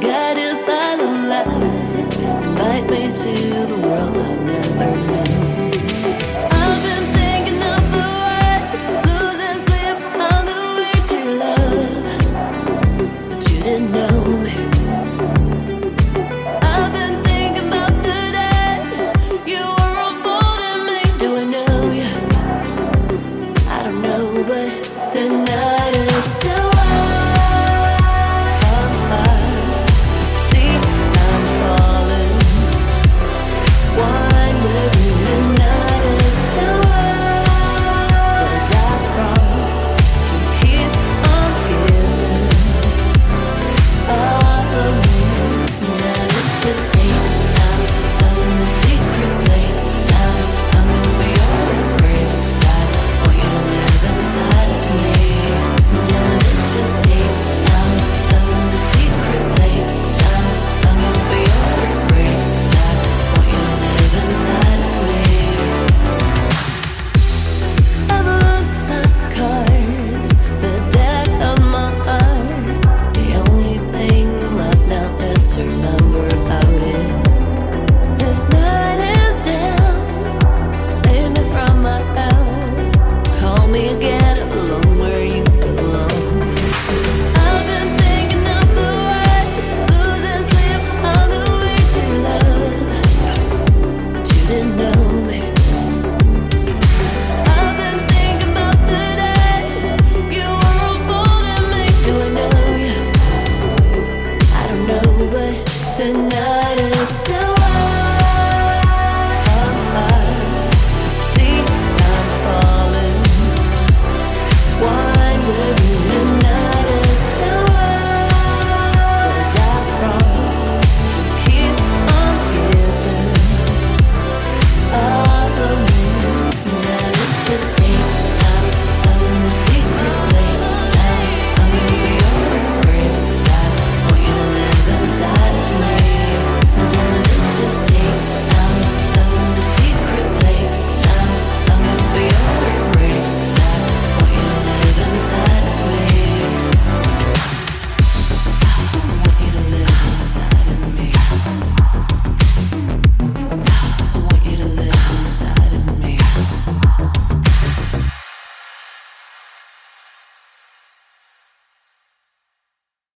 Speaker 6: guided by the light, invite me to the world of night.